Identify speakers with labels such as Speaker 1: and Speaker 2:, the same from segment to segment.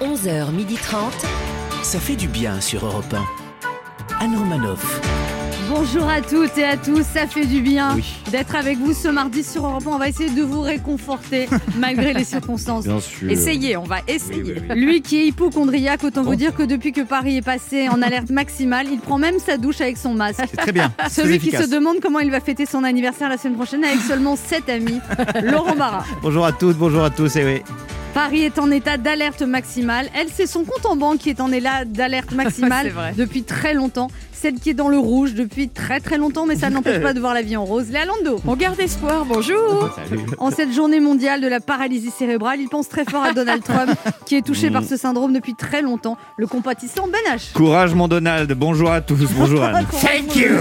Speaker 1: 11h30.
Speaker 2: Ça fait du bien sur Europe 1. Anne Romanoff.
Speaker 3: Bonjour à toutes et à tous, ça fait du bien
Speaker 4: Oui.
Speaker 3: d'être avec vous ce mardi sur Europe 1. On va essayer de vous réconforter malgré les circonstances.
Speaker 4: Bien sûr.
Speaker 3: Essayez, on va essayer.
Speaker 4: Oui, Oh. oui,
Speaker 3: Lui qui est hypochondriaque, autant vous dire que depuis que Paris est passé en alerte maximale, il prend même sa douche avec son masque.
Speaker 5: C'est très bien. c'est très
Speaker 3: Celui qui
Speaker 5: efficace.
Speaker 3: se demande comment il va fêter son anniversaire la semaine prochaine avec seulement 7 amis, Laurent Barra.
Speaker 5: Bonjour à toutes, bonjour à tous. Et oui.
Speaker 3: Paris est en état d'alerte maximale. Elle, c'est son compte en banque qui est en état d'alerte maximale
Speaker 6: C'est vrai.
Speaker 3: depuis très longtemps. Celle qui est dans le rouge depuis très très longtemps, mais ça n'empêche pas de voir la vie en rose. Léa Lando.
Speaker 6: On garde espoir, bonjour
Speaker 3: En cette journée mondiale de la paralysie cérébrale, il pense très fort à Donald Trump, qui est touché par ce syndrome depuis très longtemps. Le compatissant Ben H.
Speaker 5: Courage mon Donald, bonjour à tous, bonjour Anne.
Speaker 3: Thank you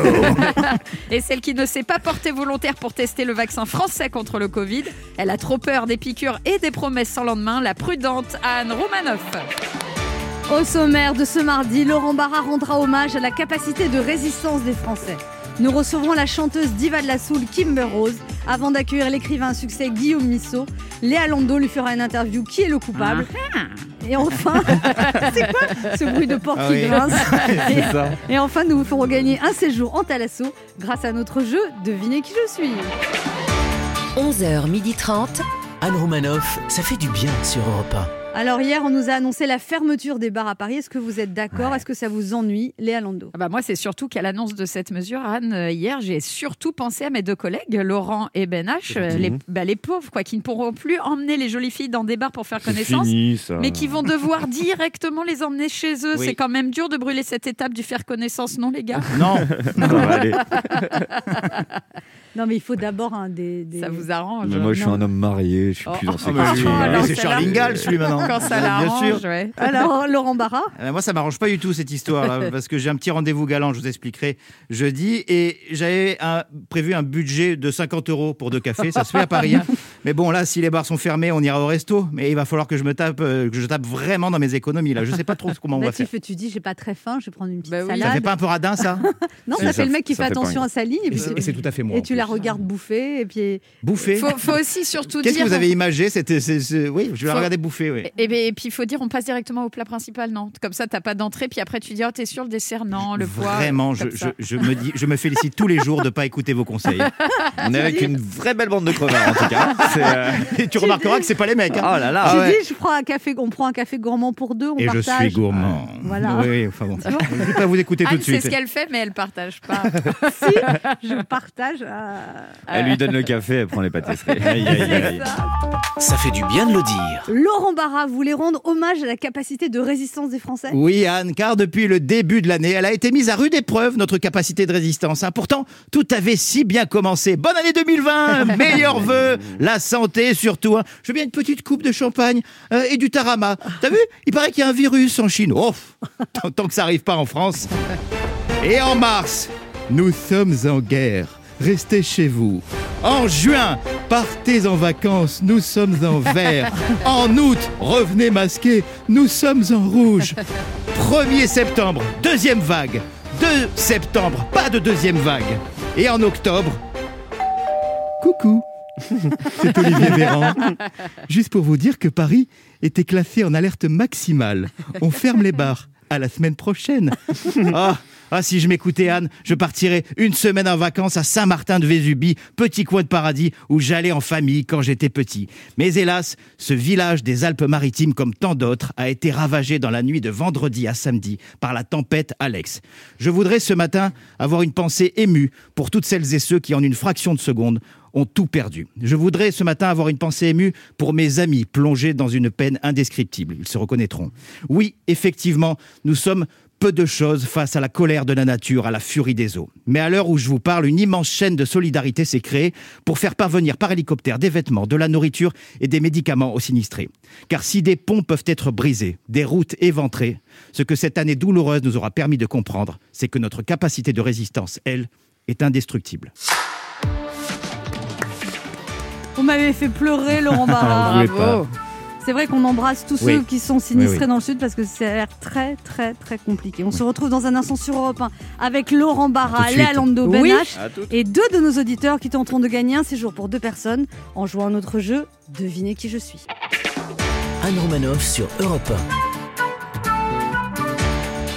Speaker 6: Et celle qui ne s'est pas portée volontaire pour tester le vaccin français contre le Covid, elle a trop peur des piqûres et des promesses sans lendemain, la prudente Anne Romanoff.
Speaker 3: Au sommaire de ce mardi, Laurent Barra rendra hommage à la capacité de résistance des Français. Nous recevrons la chanteuse diva de la soul Kimber Rose avant d'accueillir l'écrivain à succès Guillaume Missot. Léa Lando lui fera une interview Qui est le coupable Et enfin, c'est quoi ce bruit de porc
Speaker 5: Ah
Speaker 3: qui
Speaker 5: oui.
Speaker 3: grince
Speaker 5: C'est ça.
Speaker 3: Et enfin, nous vous ferons gagner un séjour en Thalasso grâce à notre jeu Devinez qui je suis.
Speaker 1: 11h30.
Speaker 2: Anne Romanoff, ça fait du bien sur Europe
Speaker 3: Alors hier, on nous a annoncé la fermeture des bars à Paris. Est-ce que vous êtes d'accord Est-ce que ça vous ennuie, Léa Lando
Speaker 6: Ah bah moi, c'est surtout qu'à l'annonce de cette mesure, Anne, euh, hier, j'ai surtout pensé à mes deux collègues, Laurent et Ben H, euh,
Speaker 5: Mhm.
Speaker 6: les, bah, les pauvres, quoi, qui ne pourront plus emmener les jolies filles dans des bars pour faire
Speaker 4: C'est
Speaker 6: connaissance.
Speaker 4: fini, ça.
Speaker 6: Mais qui vont devoir directement les emmener chez eux.
Speaker 5: Oui.
Speaker 6: C'est quand même dur de brûler cette étape du faire connaissance, non les gars
Speaker 5: Non,
Speaker 4: Ça va aller.
Speaker 3: Non, mais il faut d'abord un des. des-
Speaker 6: Ça vous arrange
Speaker 4: Mais moi, je suis
Speaker 3: Oh, Non.
Speaker 4: un homme marié, je suis
Speaker 6: Oh.
Speaker 4: plus dans ces
Speaker 5: Ah, mais
Speaker 4: questions.
Speaker 5: lui,
Speaker 6: Ah, alors,
Speaker 5: c'est
Speaker 6: ça
Speaker 5: Charlie
Speaker 4: l'a-
Speaker 5: Ingalls lui maintenant.
Speaker 6: Quand ça
Speaker 5: Bien sûr.
Speaker 6: l'arrange, ouais.
Speaker 3: Alors, Laurent Barra
Speaker 5: Euh, Moi, ça m'arrange pas du tout cette histoire, là, parce que j'ai un petit rendez-vous galant, je vous expliquerai jeudi, et j'avais un- prévu un budget de 50 euros pour deux cafés, ça se fait à Paris. hein. Mais bon, là, si les bars sont fermés, on ira au resto, mais il va falloir que je me tape, euh, que je tape vraiment dans mes économies là. Je sais pas trop comment on va faire.
Speaker 3: Natif, tu dis j'ai pas très faim, je vais prendre une petite
Speaker 6: Bah oui.
Speaker 5: Ça fait
Speaker 3: salade.
Speaker 5: pas un peu radin ça
Speaker 3: Non,
Speaker 4: Si,
Speaker 3: ça
Speaker 4: ça
Speaker 3: fait le mec qui fait
Speaker 4: fait- ça fait pas
Speaker 3: attention
Speaker 4: rien.
Speaker 3: à sa ligne et,
Speaker 5: Et
Speaker 3: puis-
Speaker 5: c'est et c'est tout à fait moi.
Speaker 3: et
Speaker 5: en
Speaker 3: tu
Speaker 5: plus.
Speaker 3: la regardes bouffer et puis
Speaker 5: Bouffer.
Speaker 6: Faut, faut aussi surtout
Speaker 5: Qu'est-ce
Speaker 6: dire.
Speaker 3: hein.
Speaker 5: que vous avez imagé C'était, c'est- c'est- oui, je vais la
Speaker 6: Faut-
Speaker 5: regarder bouffer. Oui.
Speaker 6: Et, et ben- et puis il faut dire, on passe directement au plat principal, non Comme ça, t'as pas d'entrée, puis après tu dis, oh, t'es sûr le dessert, non, le poids.
Speaker 5: Vraiment, je,
Speaker 6: comme ça.
Speaker 5: je- je me dis, je me félicite tous les jours de pas écouter vos conseils.
Speaker 4: On est avec une vraie belle bande de crevards, en tout cas. C'est, euh,
Speaker 5: Et tu remarqueras que c'est pas les mecs.
Speaker 4: Oh
Speaker 5: hein.
Speaker 4: là là.
Speaker 3: tu
Speaker 4: Ah ouais.
Speaker 3: dis je prends un café, on prend un café gourmand pour deux, on
Speaker 5: Et je
Speaker 3: partage.
Speaker 5: suis gourmand.
Speaker 3: Voilà.
Speaker 5: Oui, enfin bon. Je vais pas vous écouter tout
Speaker 6: Anne,
Speaker 5: de
Speaker 6: c'est
Speaker 5: suite.
Speaker 6: ce qu'elle fait, mais elle partage pas.
Speaker 3: Si, je partage. euh,
Speaker 4: Elle lui donne le café, elle prend les pâtisseries. Aïe, aïe, aïe.
Speaker 2: 1. Ça fait du bien de le dire.
Speaker 3: Laurent Barra voulait rendre hommage à la capacité de résistance des Français.
Speaker 5: Oui, Anne, car depuis le début de l'année, elle a été mise à rude épreuve, notre capacité de résistance. hein. Pourtant, tout avait si bien commencé. Bonne année 2020, meilleurs vœux, la santé surtout. hein. Je veux bien une petite coupe de champagne euh, et du tarama. T'as vu Il paraît qu'il y a un virus en Chine. Oh, tant, tant que ça arrive pas en France. Et en mars, nous sommes en guerre. Restez chez vous. En juin, partez en vacances. Nous sommes en vert. En août, revenez masqués. Nous sommes en rouge. 1er septembre, deuxième vague. 2 septembre, pas de deuxième vague. Et en octobre, coucou. C'est Olivier Véran. Juste pour vous dire que Paris était classé en alerte maximale. On ferme les bars. À la semaine prochaine. Ah, ah, si je m'écoutais Anne, je partirais une semaine en vacances à Saint-Martin-de-Vésubie, petit coin de paradis où j'allais en famille quand j'étais petit. Mais hélas, ce village des Alpes-Maritimes, comme tant d'autres, a été ravagé dans la nuit de vendredi à samedi par la tempête Alex. Je voudrais ce matin avoir une pensée émue pour toutes celles et ceux qui, en une fraction de seconde, ont tout perdu. Je voudrais ce matin avoir une pensée émue pour mes amis plongés dans une peine indescriptible. Ils se reconnaîtront. Oui, effectivement, nous sommes peu de choses face à la colère de la nature, à la furie des eaux. Mais à l'heure où je vous parle, une immense chaîne de solidarité s'est créée pour faire parvenir par hélicoptère des vêtements, de la nourriture et des médicaments aux sinistrés. Car si des ponts peuvent être brisés, des routes éventrées, ce que cette année douloureuse nous aura permis de comprendre, c'est que notre capacité de résistance, elle, est indestructible.
Speaker 3: Vous m'avez fait pleurer, Laurent
Speaker 4: On
Speaker 3: Barra.
Speaker 4: voulait pas.
Speaker 3: C'est vrai qu'on embrasse tous ceux
Speaker 5: Oui.
Speaker 3: qui sont sinistrés
Speaker 5: Oui, oui.
Speaker 3: dans le sud parce que ça a l'air très très très compliqué. On se retrouve dans un instant sur Europe 1 avec Laurent
Speaker 5: À
Speaker 3: Barra,
Speaker 5: tout de suite.
Speaker 3: Léa Lando, Ben
Speaker 6: Oui.
Speaker 3: H
Speaker 4: À toutes.
Speaker 3: et deux de nos auditeurs qui tenteront de gagner un séjour pour deux personnes en jouant à notre jeu Devinez qui je suis.
Speaker 2: Anne Romanoff sur Europe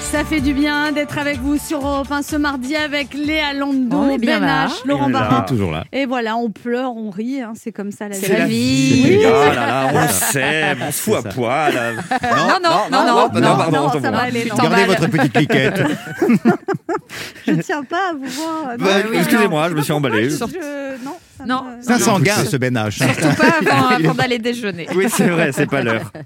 Speaker 3: Ça fait du bien d'être avec vous sur Europe 1 ce mardi avec Léa
Speaker 6: On
Speaker 3: Landau,
Speaker 6: est bien
Speaker 3: Ben
Speaker 6: là.
Speaker 3: H, Laurent
Speaker 4: là.
Speaker 3: Barra.
Speaker 5: toujours là.
Speaker 3: Et voilà, on pleure, on rit, hein, c'est comme ça la
Speaker 6: C'est la
Speaker 3: vie.
Speaker 6: vie.
Speaker 4: Oh là là, on le sait, on se fout à
Speaker 5: C'est ça.
Speaker 4: poil. euh,
Speaker 6: Non, non, non, non,
Speaker 4: non, non, pardon,
Speaker 3: ça
Speaker 4: c'est
Speaker 3: va
Speaker 4: bon.
Speaker 3: aller. non.
Speaker 6: T'emballes.
Speaker 5: Gardez votre petite cliquette.
Speaker 3: Je tiens pas à vous voir.
Speaker 4: bah,
Speaker 3: Non,
Speaker 6: oui,
Speaker 4: Excusez-moi, je me suis
Speaker 3: je-
Speaker 4: emballé.
Speaker 3: je- non, ça
Speaker 6: Non.
Speaker 3: me-
Speaker 5: Ça
Speaker 4: Non,
Speaker 5: s'en
Speaker 4: mais
Speaker 5: gare,
Speaker 4: c'est-
Speaker 5: ce Ben H.
Speaker 6: Surtout pas avant, avant d'aller déjeuner.
Speaker 4: Oui, c'est vrai, c'est pas l'heure.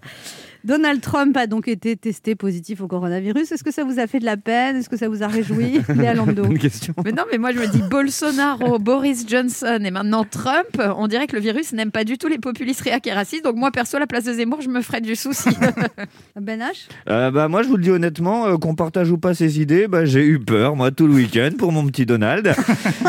Speaker 3: Donald Trump a donc été testé positif au coronavirus. Est-ce que ça vous a fait de la peine Est-ce que ça vous a réjoui Léa Landau.
Speaker 4: Bonne question.
Speaker 6: Mais non, mais moi je me dis Bolsonaro, Boris Johnson et maintenant Trump, on dirait que le virus n'aime pas du tout les populistes réac et racistes. Donc moi perso, à la place de Zemmour, je me ferais du souci.
Speaker 3: Ben H
Speaker 4: Euh, bah, moi, je vous le dis honnêtement, euh, qu'on partage ou pas ces idées, bah, j'ai eu peur, moi, tout le week-end, pour mon petit Donald.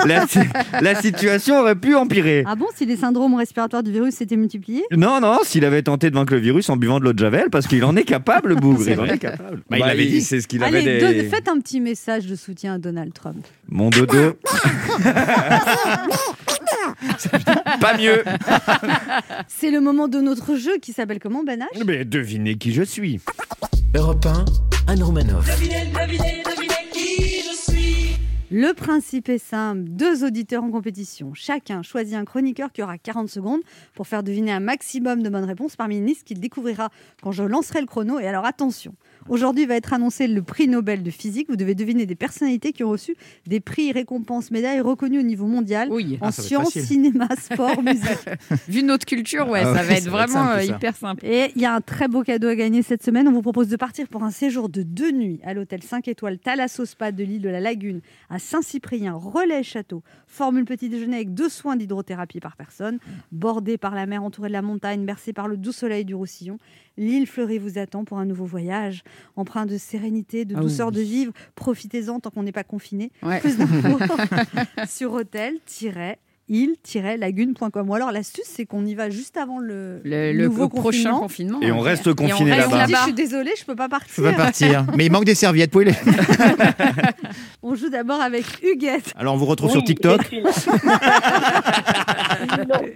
Speaker 4: la, si- la situation aurait pu empirer.
Speaker 3: Ah bon, si les syndromes respiratoires du virus s'étaient multipliés
Speaker 4: Non, non, s'il avait tenté de vaincre le virus en buvant de l'eau de Javel, parce qu'il en est capable, le bougre. Il en est capable.
Speaker 5: Bah, il l'avait dit.
Speaker 4: C'est ce qu'il
Speaker 3: Allez,
Speaker 4: avait des...
Speaker 3: donne- faites un petit message de soutien à Donald Trump.
Speaker 4: Mon dodo. Pas mieux.
Speaker 3: C'est le moment de notre jeu qui s'appelle comment, Ben H
Speaker 4: Mais devinez qui je suis.
Speaker 2: Europe 1, Anne Romanoff.
Speaker 3: Le principe est simple, deux auditeurs en compétition. Chacun choisit un chroniqueur qui aura 40 secondes pour faire deviner un maximum de bonnes réponses parmi une liste qu'il découvrira quand je lancerai le chrono. Et alors attention, aujourd'hui va être annoncé le prix Nobel de physique. Vous devez deviner des personnalités qui ont reçu des prix, récompenses, médailles reconnues au niveau mondial.
Speaker 6: Oui.
Speaker 3: En
Speaker 5: Ah, ça va être
Speaker 3: sciences,
Speaker 5: facile.
Speaker 3: cinéma, sport, musique.
Speaker 6: Vu notre culture, ouais, ça
Speaker 5: Ah ouais,
Speaker 6: va être
Speaker 5: ça va être
Speaker 6: vraiment
Speaker 5: simple,
Speaker 6: euh,
Speaker 5: ça.
Speaker 6: hyper simple.
Speaker 3: Et il y a un très beau cadeau à gagner cette semaine. On vous propose de partir pour un séjour de deux nuits à l'hôtel 5 étoiles Thalasso Spa de l'île de la Lagune à Saint-Cyprien, relais château. Formule petit déjeuner avec deux soins d'hydrothérapie par personne, bordé par la mer, entouré de la montagne, bercé par le doux soleil du Roussillon. L'île fleurie vous attend pour un nouveau voyage, empreint de sérénité, de
Speaker 6: Ah
Speaker 3: douceur
Speaker 6: oui.
Speaker 3: de vivre. Profitez-en tant qu'on n'est pas confiné.
Speaker 6: Ouais.
Speaker 3: Plus d'infos sur hôtel-île-lagune.com. Ou alors l'astuce, c'est qu'on y va juste avant le,
Speaker 6: Le, le-
Speaker 3: nouveau
Speaker 6: le prochain
Speaker 3: confinement.
Speaker 6: confinement.
Speaker 4: Et on reste
Speaker 6: Et
Speaker 4: confiné
Speaker 6: on reste
Speaker 4: là-bas.
Speaker 3: On dit, je suis désolée, je peux pas
Speaker 5: Je
Speaker 3: partir.
Speaker 5: peux pas partir. Mais il manque des serviettes. Vous pouvez les-
Speaker 3: On joue d'abord avec Huguette.
Speaker 5: Alors, on vous retrouve sur TikTok.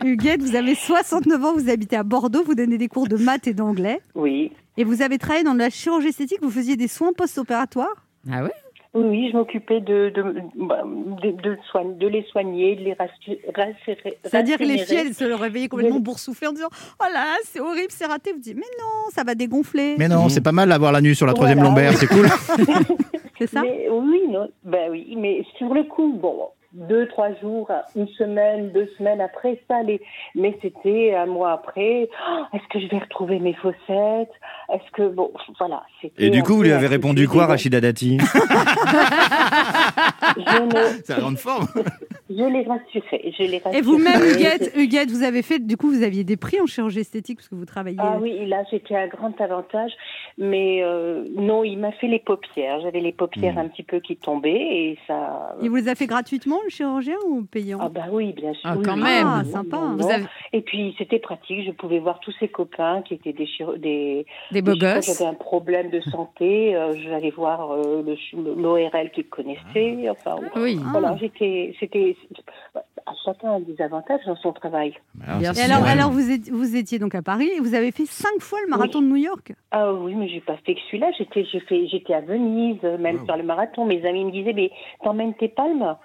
Speaker 3: Huguette, vous avez 69 ans, vous habitez à Bordeaux, vous donnez des cours de maths et d'anglais.
Speaker 1: Oui,
Speaker 3: Et vous avez travaillé dans la chirurgie esthétique, vous faisiez des soins post-opératoires.
Speaker 6: Ah ouais
Speaker 1: oui, oui, je m'occupais de, de, bah, de, de soign- de les soigner, de les rassu- rassurer.
Speaker 3: C'est-à-dire que les
Speaker 1: rassurer.
Speaker 3: filles, elles se réveillaient complètement boursouflées en disant Oh là là, c'est horrible, c'est raté. Vous dites Mais non, ça va dégonfler.
Speaker 5: Mais non,
Speaker 4: Mhm.
Speaker 5: c'est pas mal d'avoir la nuit
Speaker 6: Oh
Speaker 5: sur la troisième
Speaker 1: Voilà.
Speaker 5: lombaire. C'est cool.
Speaker 3: C'est ça
Speaker 1: Mais oui, non, ben oui, mais sur le coup, bon, deux, trois jours, une semaine, deux semaines après ça, les, mais c'était un mois après. Ah, Est-ce que je vais retrouver mes chaussettes Est-ce que bon, voilà. c'était
Speaker 4: Et du
Speaker 1: un
Speaker 4: coup, vous
Speaker 1: peu
Speaker 4: lui
Speaker 1: un
Speaker 4: avez
Speaker 1: truc.
Speaker 4: répondu quoi, Rachida Dati
Speaker 1: Je, ne-
Speaker 5: C'est la grande forme.
Speaker 1: je les rassurais, je les rassurais.
Speaker 3: Et vous-même, Huguette, Huguette, vous avez fait, du coup, vous aviez des prix en chirurgie esthétique parce que vous travaillez.
Speaker 1: Ah oui, là c'était un grand avantage, mais euh, non, il m'a fait les paupières. J'avais les
Speaker 6: Mm.
Speaker 1: paupières un petit peu qui tombaient et ça. euh,
Speaker 3: Il vous les a fait gratuitement, le chirurgien, ou payant
Speaker 1: Ah bah oui, bien sûr.
Speaker 6: Ah, quand
Speaker 1: Oui,
Speaker 6: même.
Speaker 1: oui,
Speaker 3: Ah, sympa.
Speaker 1: non,
Speaker 6: Vous
Speaker 1: non.
Speaker 6: avez
Speaker 1: Et puis c'était pratique, je pouvais voir tous ses copains qui étaient des chiro- des,
Speaker 6: des beaux
Speaker 1: des chirurgiens,
Speaker 6: gosses.
Speaker 1: J'avais un problème de santé, euh, j'allais voir euh, le ch- le- l'ORL qu'ils connaissaient. Enfin,
Speaker 6: Ah. Oui. Ah.
Speaker 1: voilà, j'étais, c'était à chacun a des avantages dans son travail.
Speaker 5: Ah,
Speaker 6: Bien
Speaker 3: Et
Speaker 6: sûr.
Speaker 3: alors,
Speaker 5: Ouais.
Speaker 3: alors vous, étiez, vous étiez donc à Paris et vous avez fait cinq fois le marathon de New York.
Speaker 1: Ah oui, mais j'ai pas fait que celui-là. J'étais, j'ai fait, j'étais à Venise, euh, même sur le marathon. Mes amis me disaient, mais t'emmènes tes palmes.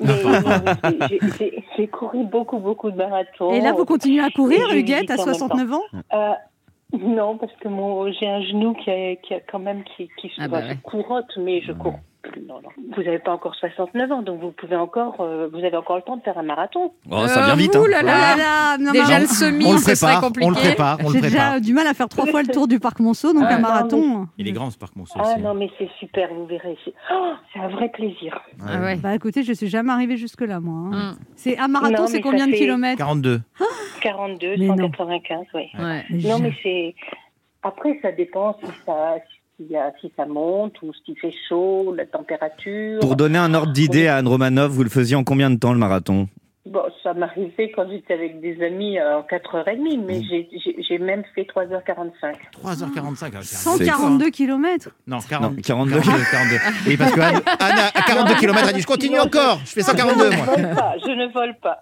Speaker 1: Mais non, j'ai- j'ai- j'ai couru beaucoup, beaucoup de marathons.
Speaker 3: et là, vous continuez à courir,
Speaker 1: j'ai eu
Speaker 3: Huguette, à
Speaker 1: huit en même
Speaker 3: 69 ans
Speaker 1: Euh, Non, parce que mon, j'ai un genou qui a, qui a quand même qui, qui se
Speaker 6: Ah bah
Speaker 1: je
Speaker 6: ouais.
Speaker 1: courotte, mais je cours. plus. Non, non. Vous n'avez pas encore 69 ans, donc vous pouvez encore, euh, vous avez encore le temps de faire un marathon.
Speaker 4: Oh, ça
Speaker 6: Euh,
Speaker 4: vient vite.
Speaker 6: vous,
Speaker 4: hein.
Speaker 6: là, là.
Speaker 3: Oh là là, non,
Speaker 6: Déjà
Speaker 3: mais
Speaker 6: le semi,
Speaker 5: On le
Speaker 6: ce serait
Speaker 5: prépare.
Speaker 6: compliqué.
Speaker 5: On le prépare. On
Speaker 3: J'ai
Speaker 5: le prépare.
Speaker 3: déjà du mal à faire trois fois le tour du parc Monceau, donc un
Speaker 1: Ah, non,
Speaker 3: marathon.
Speaker 5: Il est grand ce parc Monceau
Speaker 1: Ah
Speaker 5: aussi.
Speaker 1: non, mais c'est super, vous verrez. C'est, oh, c'est un vrai plaisir.
Speaker 6: Ah ouais.
Speaker 3: Bah écoutez, je suis jamais arrivée jusque-là, moi. hein.
Speaker 6: Hum,
Speaker 3: C'est un marathon,
Speaker 1: Non,
Speaker 3: c'est
Speaker 1: mais
Speaker 3: combien
Speaker 1: ça
Speaker 3: de
Speaker 1: fait-
Speaker 3: kilomètres
Speaker 5: 42.
Speaker 1: 42,
Speaker 3: Mais non.
Speaker 1: 195, oui.
Speaker 6: ouais.
Speaker 1: Non, mais c'est. Après, ça dépend si ça, s'il y a- si ça monte ou s'il fait chaud, la température.
Speaker 4: Pour donner un ordre d'idée à Anne Romanov, vous le faisiez en combien de temps le marathon
Speaker 1: Bon, ça m'arrivait quand j'étais avec des amis euh, en 4h30,
Speaker 4: Mm.
Speaker 1: mais j'ai- j'ai j'ai même fait 3h45.
Speaker 5: 3h45. hein, c'est un-
Speaker 3: 142 kilomètres.
Speaker 5: Non,
Speaker 4: Non,
Speaker 5: 40,
Speaker 4: 42.
Speaker 5: 42. 42. Oui, parce que Anne, Anne, Ah, à 42 km, elle dit Je continue encore. Je fais 142, moi.
Speaker 1: Ah, Je ne vole pas, je ne vole pas.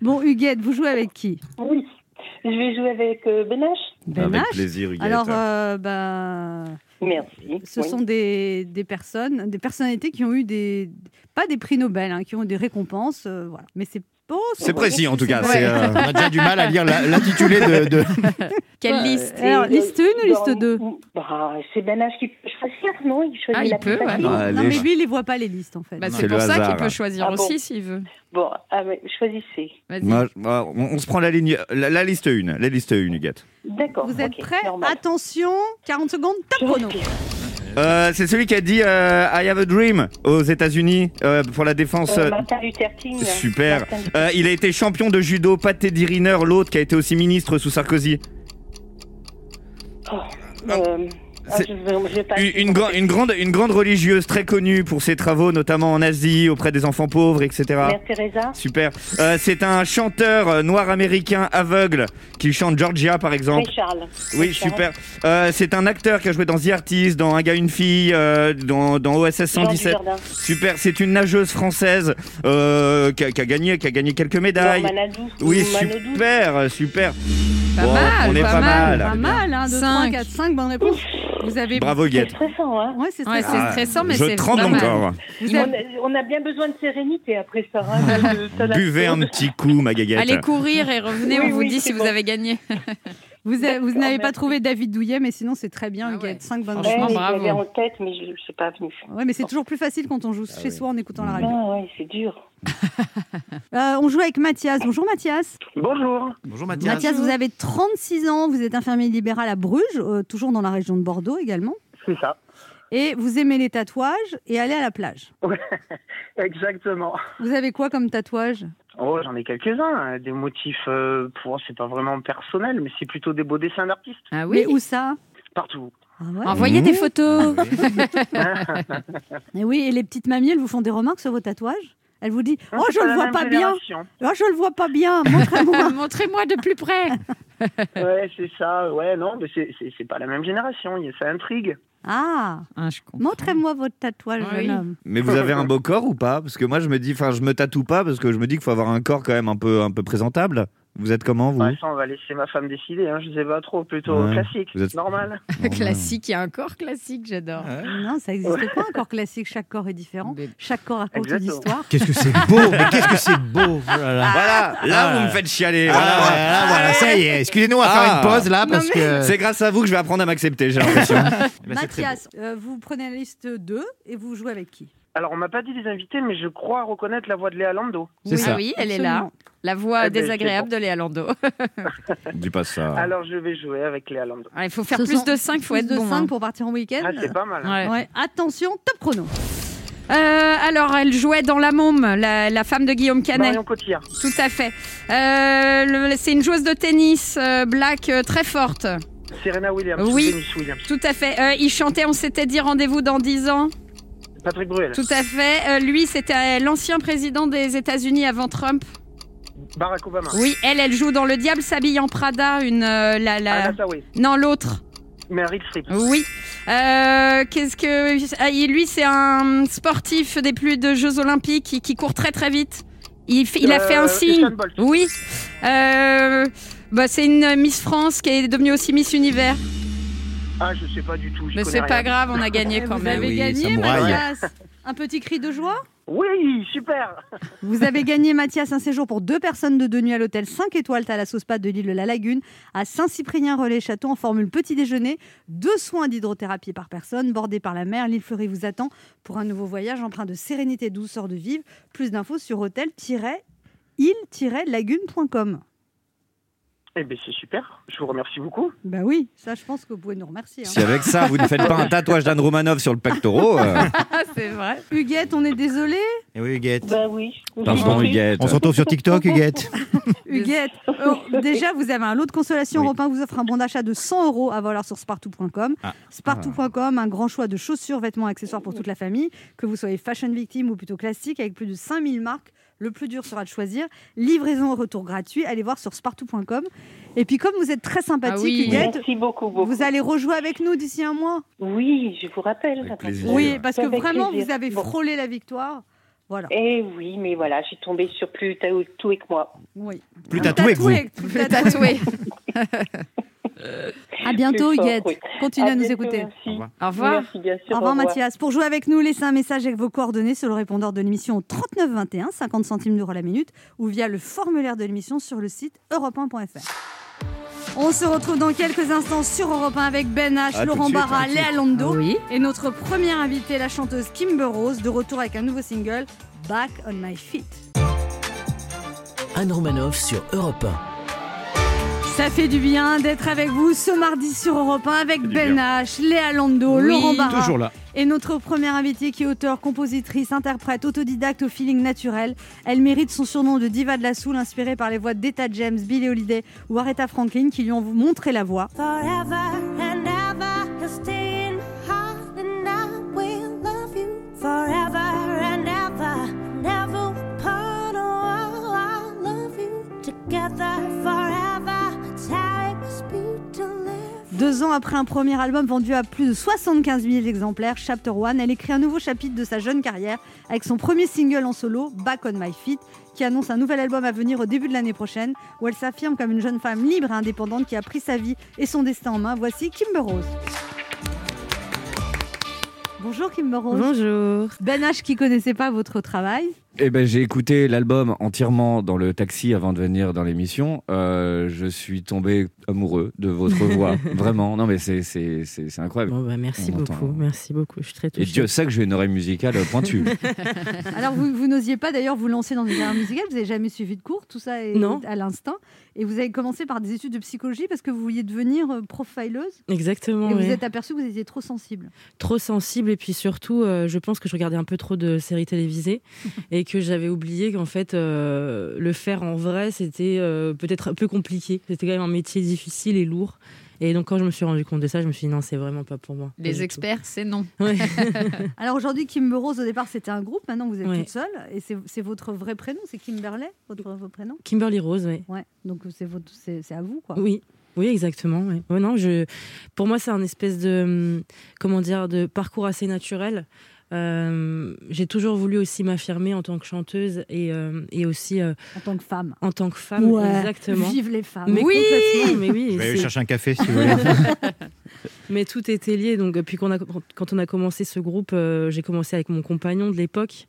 Speaker 3: Bon, Huguette, vous jouez avec qui
Speaker 1: Oui. Je vais jouer avec euh, Benache.
Speaker 3: Ben
Speaker 4: Avec
Speaker 3: H.
Speaker 4: plaisir, Huguette.
Speaker 3: Alors, euh, bah,
Speaker 1: Merci.
Speaker 3: ce
Speaker 1: oui.
Speaker 3: sont des, des personnes, des personnalités qui ont eu des. pas des prix Nobel, hein, qui ont eu des récompenses. euh, voilà. Mais c'est pas.
Speaker 4: C'est précis en tout cas.
Speaker 3: Ouais.
Speaker 4: c'est, euh,
Speaker 5: On a déjà du mal à lire la- l'intitulé de, de-
Speaker 6: Quelle
Speaker 1: Ouais.
Speaker 6: liste
Speaker 3: Alors, liste 1 ou liste 2
Speaker 1: euh, Bah, c'est Benache qui peut choisir, non Il choisit
Speaker 6: Ah, il
Speaker 1: la plus
Speaker 6: peut, ouais.
Speaker 1: facile.
Speaker 4: Ah, elle
Speaker 3: Non,
Speaker 4: est-
Speaker 3: mais lui, il les voit pas, les listes, en fait.
Speaker 6: Bah,
Speaker 4: C'est
Speaker 6: C'est
Speaker 4: le
Speaker 6: pour ça
Speaker 4: hasard. hein.
Speaker 6: qu'il peut choisir
Speaker 1: Ah bon
Speaker 6: aussi s'il veut.
Speaker 1: Bon, ah, mais choisissez.
Speaker 6: Vas-y.
Speaker 4: moi, je- moi, on, on se prend la ligne, la, la liste 1, la liste 1, Huguette.
Speaker 1: D'accord.
Speaker 3: Vous êtes
Speaker 1: ok,
Speaker 3: prêts
Speaker 1: normal.
Speaker 3: Attention, 40 secondes,
Speaker 1: Je
Speaker 3: top chrono.
Speaker 1: respire.
Speaker 4: Euh, c'est celui qui a dit euh, I have a dream aux États-Unis euh, pour la défense.
Speaker 1: Euh,
Speaker 4: euh,
Speaker 1: Martin Luther King.
Speaker 4: Super.
Speaker 1: Martin Luther-
Speaker 4: Euh, il a été champion de judo, pas Teddy Riner, l'autre qui a été aussi ministre sous Sarkozy.
Speaker 1: Euh, ah,
Speaker 4: c'est-
Speaker 1: je vais- je vais pas-
Speaker 4: Une, une gran- une grande, une grande religieuse très connue pour ses travaux, notamment en Asie, auprès des enfants pauvres, etc.
Speaker 1: Mère Teresa.
Speaker 4: Super. Euh, c'est un chanteur euh, noir américain aveugle qui chante Georgia, par exemple.
Speaker 1: Ray Charles.
Speaker 4: Oui, super. Euh, c'est un acteur qui a joué dans The Artist, dans Un gars, une fille, euh, dans, dans OSS 117. Super. C'est une nageuse française euh, qui, a, qui a gagné, qui a gagné quelques médailles. Oui, super, super.
Speaker 6: Pas
Speaker 4: Bon,
Speaker 6: mal,
Speaker 4: on est
Speaker 6: pas,
Speaker 4: pas
Speaker 6: mal.
Speaker 4: mal.
Speaker 3: Pas mal, hein, 2, 3,
Speaker 6: Cinq.
Speaker 3: 4, 5 bonnes réponses. Vous avez.
Speaker 4: Bravo,
Speaker 1: C'est
Speaker 4: Guette.
Speaker 1: stressant, hein.
Speaker 3: Ouais, c'est
Speaker 6: Ouais,
Speaker 3: ça.
Speaker 6: c'est stressant, mais
Speaker 4: Ah, Je
Speaker 6: c'est
Speaker 4: tremble
Speaker 6: pas mal.
Speaker 4: encore.
Speaker 6: Vous
Speaker 1: On
Speaker 6: avez-
Speaker 1: a, on a bien besoin de sérénité après ça. hein, de- de- de-
Speaker 4: Ah. Buvez un petit coup, ma gaguette.
Speaker 6: Allez courir et revenez,
Speaker 1: Oui,
Speaker 6: on vous
Speaker 1: oui,
Speaker 6: dit
Speaker 1: c'est
Speaker 6: si vous
Speaker 1: bon.
Speaker 6: avez gagné.
Speaker 3: Vous, avez- vous n'avez pas
Speaker 1: merci.
Speaker 3: trouvé David Douillet, mais sinon, c'est très bien,
Speaker 6: Ah
Speaker 3: Huguette.
Speaker 6: ouais.
Speaker 3: 5 bonnes
Speaker 1: Ouais,
Speaker 6: Franchement,
Speaker 3: réponses.
Speaker 1: je
Speaker 6: bravo.
Speaker 1: l'avais en tête, mais je ne suis pas venue.
Speaker 3: Ouais, mais c'est toujours plus facile quand on joue
Speaker 4: Ah
Speaker 3: chez soi en écoutant la radio.
Speaker 1: Non, ouais, c'est dur.
Speaker 3: Euh, on joue avec Mathias. Bonjour Mathias.
Speaker 1: Bonjour.
Speaker 5: Bonjour Mathias.
Speaker 3: Mathias, vous avez 36 ans, vous êtes infirmier libéral à Bruges, euh, toujours dans la région de Bordeaux également.
Speaker 7: C'est ça,
Speaker 3: Et vous aimez les tatouages et aller à la plage.
Speaker 7: exactement.
Speaker 3: Vous avez quoi comme tatouage
Speaker 7: Oh, j'en ai quelques-uns, hein, des motifs, euh, pour c'est pas vraiment personnel, mais c'est plutôt des beaux dessins d'artistes
Speaker 6: Ah oui.
Speaker 3: Mais où ça
Speaker 7: partout.
Speaker 3: Ah ouais.
Speaker 6: Envoyez des photos.
Speaker 3: Et oui, et les petites mamies, elles vous font des remarques sur vos tatouages Elles vous disent Oh, je le vois pas bien Oh, je le vois pas bien Montrez-moi
Speaker 6: Montrez-moi de plus près.
Speaker 7: Ouais, c'est ça. Ouais, non, mais c'est- c'est c'est pas la même génération. il y a- Ça intrigue.
Speaker 3: Ah
Speaker 6: Ah, je comprends.
Speaker 3: Montrez-moi votre tatouage,
Speaker 6: Oui.
Speaker 3: jeune homme.
Speaker 4: Mais vous avez un beau corps ou pas Parce que moi, je me dis, enfin, je me tatoue pas parce que je me dis qu'il faut avoir un corps quand même un peu, un peu présentable. Vous êtes comment vous
Speaker 7: Ouais, ça, on va laisser ma femme décider. Hein, je sais pas trop, plutôt
Speaker 4: Ouais.
Speaker 7: classique,
Speaker 4: Vous êtes-
Speaker 7: normal.
Speaker 6: Classique, il y a un corps classique, j'adore.
Speaker 3: Non, ça n'existe pas, un corps classique. Chaque corps est différent.
Speaker 6: Mais-
Speaker 3: Chaque corps raconte une
Speaker 7: Exactement.
Speaker 3: histoire.
Speaker 5: Qu'est-ce que c'est beau mais Qu'est-ce que c'est beau oh là là.
Speaker 4: Voilà, là,
Speaker 5: Ah.
Speaker 4: vous me faites chialer.
Speaker 5: Ah,
Speaker 4: Voilà.
Speaker 5: voilà, voilà, ça y est. Excusez-nous à
Speaker 4: Ah.
Speaker 5: faire une pause là parce
Speaker 3: mais-
Speaker 5: que.
Speaker 4: C'est grâce à vous que je vais apprendre à m'accepter, j'ai l'impression.
Speaker 5: Eh ben, c'est très
Speaker 3: Mathias, euh, vous prenez la liste 2 et vous jouez avec qui
Speaker 7: Alors, on m'a pas dit les invités, mais je crois reconnaître la voix de Léa Lando.
Speaker 5: C'est
Speaker 6: Ah
Speaker 5: ça.
Speaker 6: oui, elle est là.
Speaker 3: Absolument.
Speaker 6: La voix
Speaker 7: Eh ben,
Speaker 6: désagréable de Léa Lando.
Speaker 4: Dis pas ça.
Speaker 7: Alors, je vais jouer avec Léa Lando.
Speaker 6: Ah, Il faut faire
Speaker 3: Ce
Speaker 6: plus
Speaker 3: sont
Speaker 6: de 5, faut
Speaker 3: Plus
Speaker 6: être
Speaker 3: de
Speaker 6: bon.
Speaker 3: 5
Speaker 6: hein.
Speaker 3: pour partir en week-end.
Speaker 7: Ah, c'est pas mal. hein.
Speaker 6: Ouais.
Speaker 3: Ouais, attention, top chrono.
Speaker 6: Euh, alors, elle jouait dans La Môme, la, la femme de Guillaume Canet.
Speaker 7: Marion Cotillard.
Speaker 6: Tout à fait. Euh, le- c'est une joueuse de tennis euh, black euh, très forte.
Speaker 7: Serena Williams.
Speaker 6: Oui.
Speaker 7: Venus Williams.
Speaker 6: Tout à fait. Euh, il chantait On s'était dit rendez-vous dans 10 ans.
Speaker 7: Patrick Bruel.
Speaker 6: Tout à fait. Euh, lui, c'était euh, l'ancien président des États-Unis avant Trump.
Speaker 7: Barack Obama.
Speaker 6: Oui, elle, elle joue dans Le Diable s'habille en Prada, une euh, la la.
Speaker 7: Anna Sawai.
Speaker 6: Non, l'autre.
Speaker 7: Meryl Streep.
Speaker 6: Oui. Euh, Qu'est-ce que Ah, il- lui, c'est un sportif des plus de Jeux Olympiques qui, qui court très très vite. Il, fait- il a
Speaker 7: Euh,
Speaker 6: fait un signe.
Speaker 7: Usain Bolt.
Speaker 6: Oui. Euh, bah, c'est une Miss France qui est devenue aussi Miss Univers.
Speaker 7: Ah, je sais pas du tout. j'y
Speaker 6: Mais
Speaker 7: connais
Speaker 6: c'est
Speaker 7: rien.
Speaker 6: pas grave, on a gagné
Speaker 3: Et
Speaker 6: quand
Speaker 3: vous
Speaker 6: même.
Speaker 3: avez
Speaker 5: Oui,
Speaker 3: gagné,
Speaker 5: samouraï.
Speaker 3: Mathias. Un petit cri de joie.
Speaker 7: Oui, super.
Speaker 3: Vous avez gagné, Mathias, un séjour pour deux personnes de deux nuits à l'hôtel 5 étoiles à la sauce pâte de l'île de la Lagune, à Saint-Cyprien-Relais-Château, en formule petit déjeuner. Deux soins d'hydrothérapie par personne, bordés par la mer. L'île Fleurie vous attend pour un nouveau voyage empreint de sérénité, douceur de vivre. Plus d'infos sur hôtel-île-lagune.com.
Speaker 7: Eh ben c'est super. Je vous remercie beaucoup.
Speaker 3: Ben oui, ça, je pense que vous pouvez nous remercier. hein.
Speaker 4: Si avec ça, vous ne faites pas un tatouage d'Anne Romanov sur le pectoral. euh,
Speaker 6: Ah, c'est vrai.
Speaker 3: Huguette, on est désolé.
Speaker 5: Eh oui, Huguette.
Speaker 1: Bah oui.
Speaker 4: Pardon, Huguette.
Speaker 5: On se retrouve sur TikTok, Huguette.
Speaker 3: Huguette, euh, déjà, vous avez un lot de consolation.
Speaker 5: Oui.
Speaker 3: Europe 1 vous offre un bon d'achat de 100 euros à valoir sur spartou.com.
Speaker 5: Ah.
Speaker 3: Spartou.com,
Speaker 4: Ah.
Speaker 3: un grand choix de chaussures, vêtements, accessoires pour toute la famille, que vous soyez fashion victime ou plutôt classique, avec plus de 5000 marques. Le plus dur sera de choisir. Livraison et retour gratuit. Allez voir sur spartou.com. Et puis, comme vous êtes très sympathique,
Speaker 6: Ah oui.
Speaker 3: Huguette,
Speaker 1: Merci beaucoup, beaucoup.
Speaker 3: vous allez rejouer avec nous d'ici un mois.
Speaker 1: Oui, je vous rappelle.
Speaker 4: Avec plaisir.
Speaker 3: Oui, parce que
Speaker 1: Avec
Speaker 3: vraiment,
Speaker 1: plaisir.
Speaker 3: vous avez
Speaker 1: Bon.
Speaker 3: frôlé la victoire. Voilà.
Speaker 1: Eh oui, mais voilà, je suis tombée sur plus tatoué tout que moi.
Speaker 3: Oui.
Speaker 5: Plus tatoué que vous.
Speaker 3: Plus tatoué. à bientôt,
Speaker 1: Plus fort,
Speaker 3: Huguette.
Speaker 1: oui.
Speaker 3: Continuez à, nous
Speaker 1: bientôt,
Speaker 3: écouter.
Speaker 1: Merci.
Speaker 6: Au revoir.
Speaker 1: Merci, bien sûr.
Speaker 3: Au revoir Mathias. Pour jouer avec nous, laissez un message avec vos coordonnées sur le répondeur de l'émission au 39 21, 50 centimes d'euros la minute, ou via le formulaire de l'émission sur le site europe 1.fr. On se retrouve dans quelques instants sur Europe 1 avec Ben H,
Speaker 4: À tout de
Speaker 3: Laurent
Speaker 4: suite,
Speaker 3: Barra,
Speaker 4: à tout de
Speaker 3: Léa Lando
Speaker 6: Oui.
Speaker 3: et notre première invitée, la chanteuse Kimber Rose, de retour avec un nouveau single, Back on My Feet.
Speaker 2: Anne Romanoff sur Europe
Speaker 3: Ça fait du bien d'être avec vous ce mardi sur Europe 1 avec Ben H, Léa Lando,
Speaker 6: Oui.
Speaker 3: Laurent Barra
Speaker 5: Toujours là.
Speaker 3: et notre première invitée qui est auteure, compositrice, interprète, autodidacte au feeling naturel. Elle mérite son surnom de diva de la soul inspirée par les voix d'Etta James, Billie Holiday ou Aretha Franklin qui lui ont montré la voie.
Speaker 8: Forever and ever, you'll stay in my heart, and I will love you forever and ever. Never part. Oh, I love you together forever. Time must be to live.
Speaker 3: Deux ans après un premier album vendu à plus de 75 000 exemplaires, Chapter One, elle écrit un nouveau chapitre de sa jeune carrière avec son premier single en solo, Back on My Feet, qui annonce un nouvel album à venir au début de l'année prochaine, où elle s'affirme comme une jeune femme libre et indépendante qui a pris sa vie et son destin en main. Voici Kimber Rose. Bonjour Kimber Rose.
Speaker 9: Bonjour.
Speaker 3: Ben H qui connaissait pas votre travail.
Speaker 10: Eh ben, j'ai écouté l'album entièrement dans le taxi avant de venir dans l'émission. Euh, je suis tombé amoureux de votre voix, vraiment. Non, mais c'est c'est- c'est- c'est incroyable.
Speaker 9: Bon, bah, merci
Speaker 10: On
Speaker 9: beaucoup,
Speaker 10: entend.
Speaker 9: merci beaucoup. Je suis très
Speaker 10: Et
Speaker 9: touchée.
Speaker 10: Dieu sait que j'ai une oreille musicale pointue.
Speaker 3: Alors vous, vous n'osiez pas d'ailleurs vous lancer dans une carrière musicale, vous n'avez jamais suivi de cours, tout ça est
Speaker 9: Non.
Speaker 3: à l'instinct. Et vous avez commencé par des études de psychologie parce que vous vouliez devenir euh, profileuse
Speaker 9: Exactement.
Speaker 3: et
Speaker 9: ouais.
Speaker 3: vous êtes aperçu que vous étiez trop sensible.
Speaker 9: Trop sensible et puis surtout, euh, je pense que je regardais un peu trop de séries télévisées et que j'avais oublié qu'en fait, euh, le faire en vrai, c'était euh, peut-être un peu compliqué. C'était quand même un métier difficile et lourd. Et donc quand je me suis rendu compte de ça, je me suis dit non, c'est vraiment pas pour moi. Pas du
Speaker 6: Les
Speaker 9: tout.
Speaker 6: experts, c'est non.
Speaker 9: Ouais.
Speaker 3: Alors aujourd'hui, Kimber Rose, au départ c'était un groupe, maintenant vous êtes
Speaker 9: Ouais.
Speaker 3: toute seule et c'est c'est votre vrai prénom, c'est Kimberley, votre vos prénom.
Speaker 9: Kimberly Rose, oui.
Speaker 3: Ouais, donc c'est votre- c'est c'est à vous quoi.
Speaker 9: Oui, oui, exactement. ouais. Ouais, non, je, pour moi, c'est un espèce de, hum, comment dire, de parcours assez naturel. Euh, j'ai toujours voulu aussi m'affirmer en tant que chanteuse et, euh, et aussi euh,
Speaker 3: En tant que femme.
Speaker 9: en tant que femme.
Speaker 3: Ouais,
Speaker 9: Exactement.
Speaker 3: Vive les femmes.
Speaker 9: Mais
Speaker 3: oui.
Speaker 9: complètement, mais oui,
Speaker 5: Je vais aller
Speaker 9: c'est-
Speaker 5: chercher un café si vous voulez.
Speaker 9: mais tout était lié. Donc, euh, puis qu'on a, quand on a commencé ce groupe, euh, j'ai commencé avec mon compagnon de l'époque.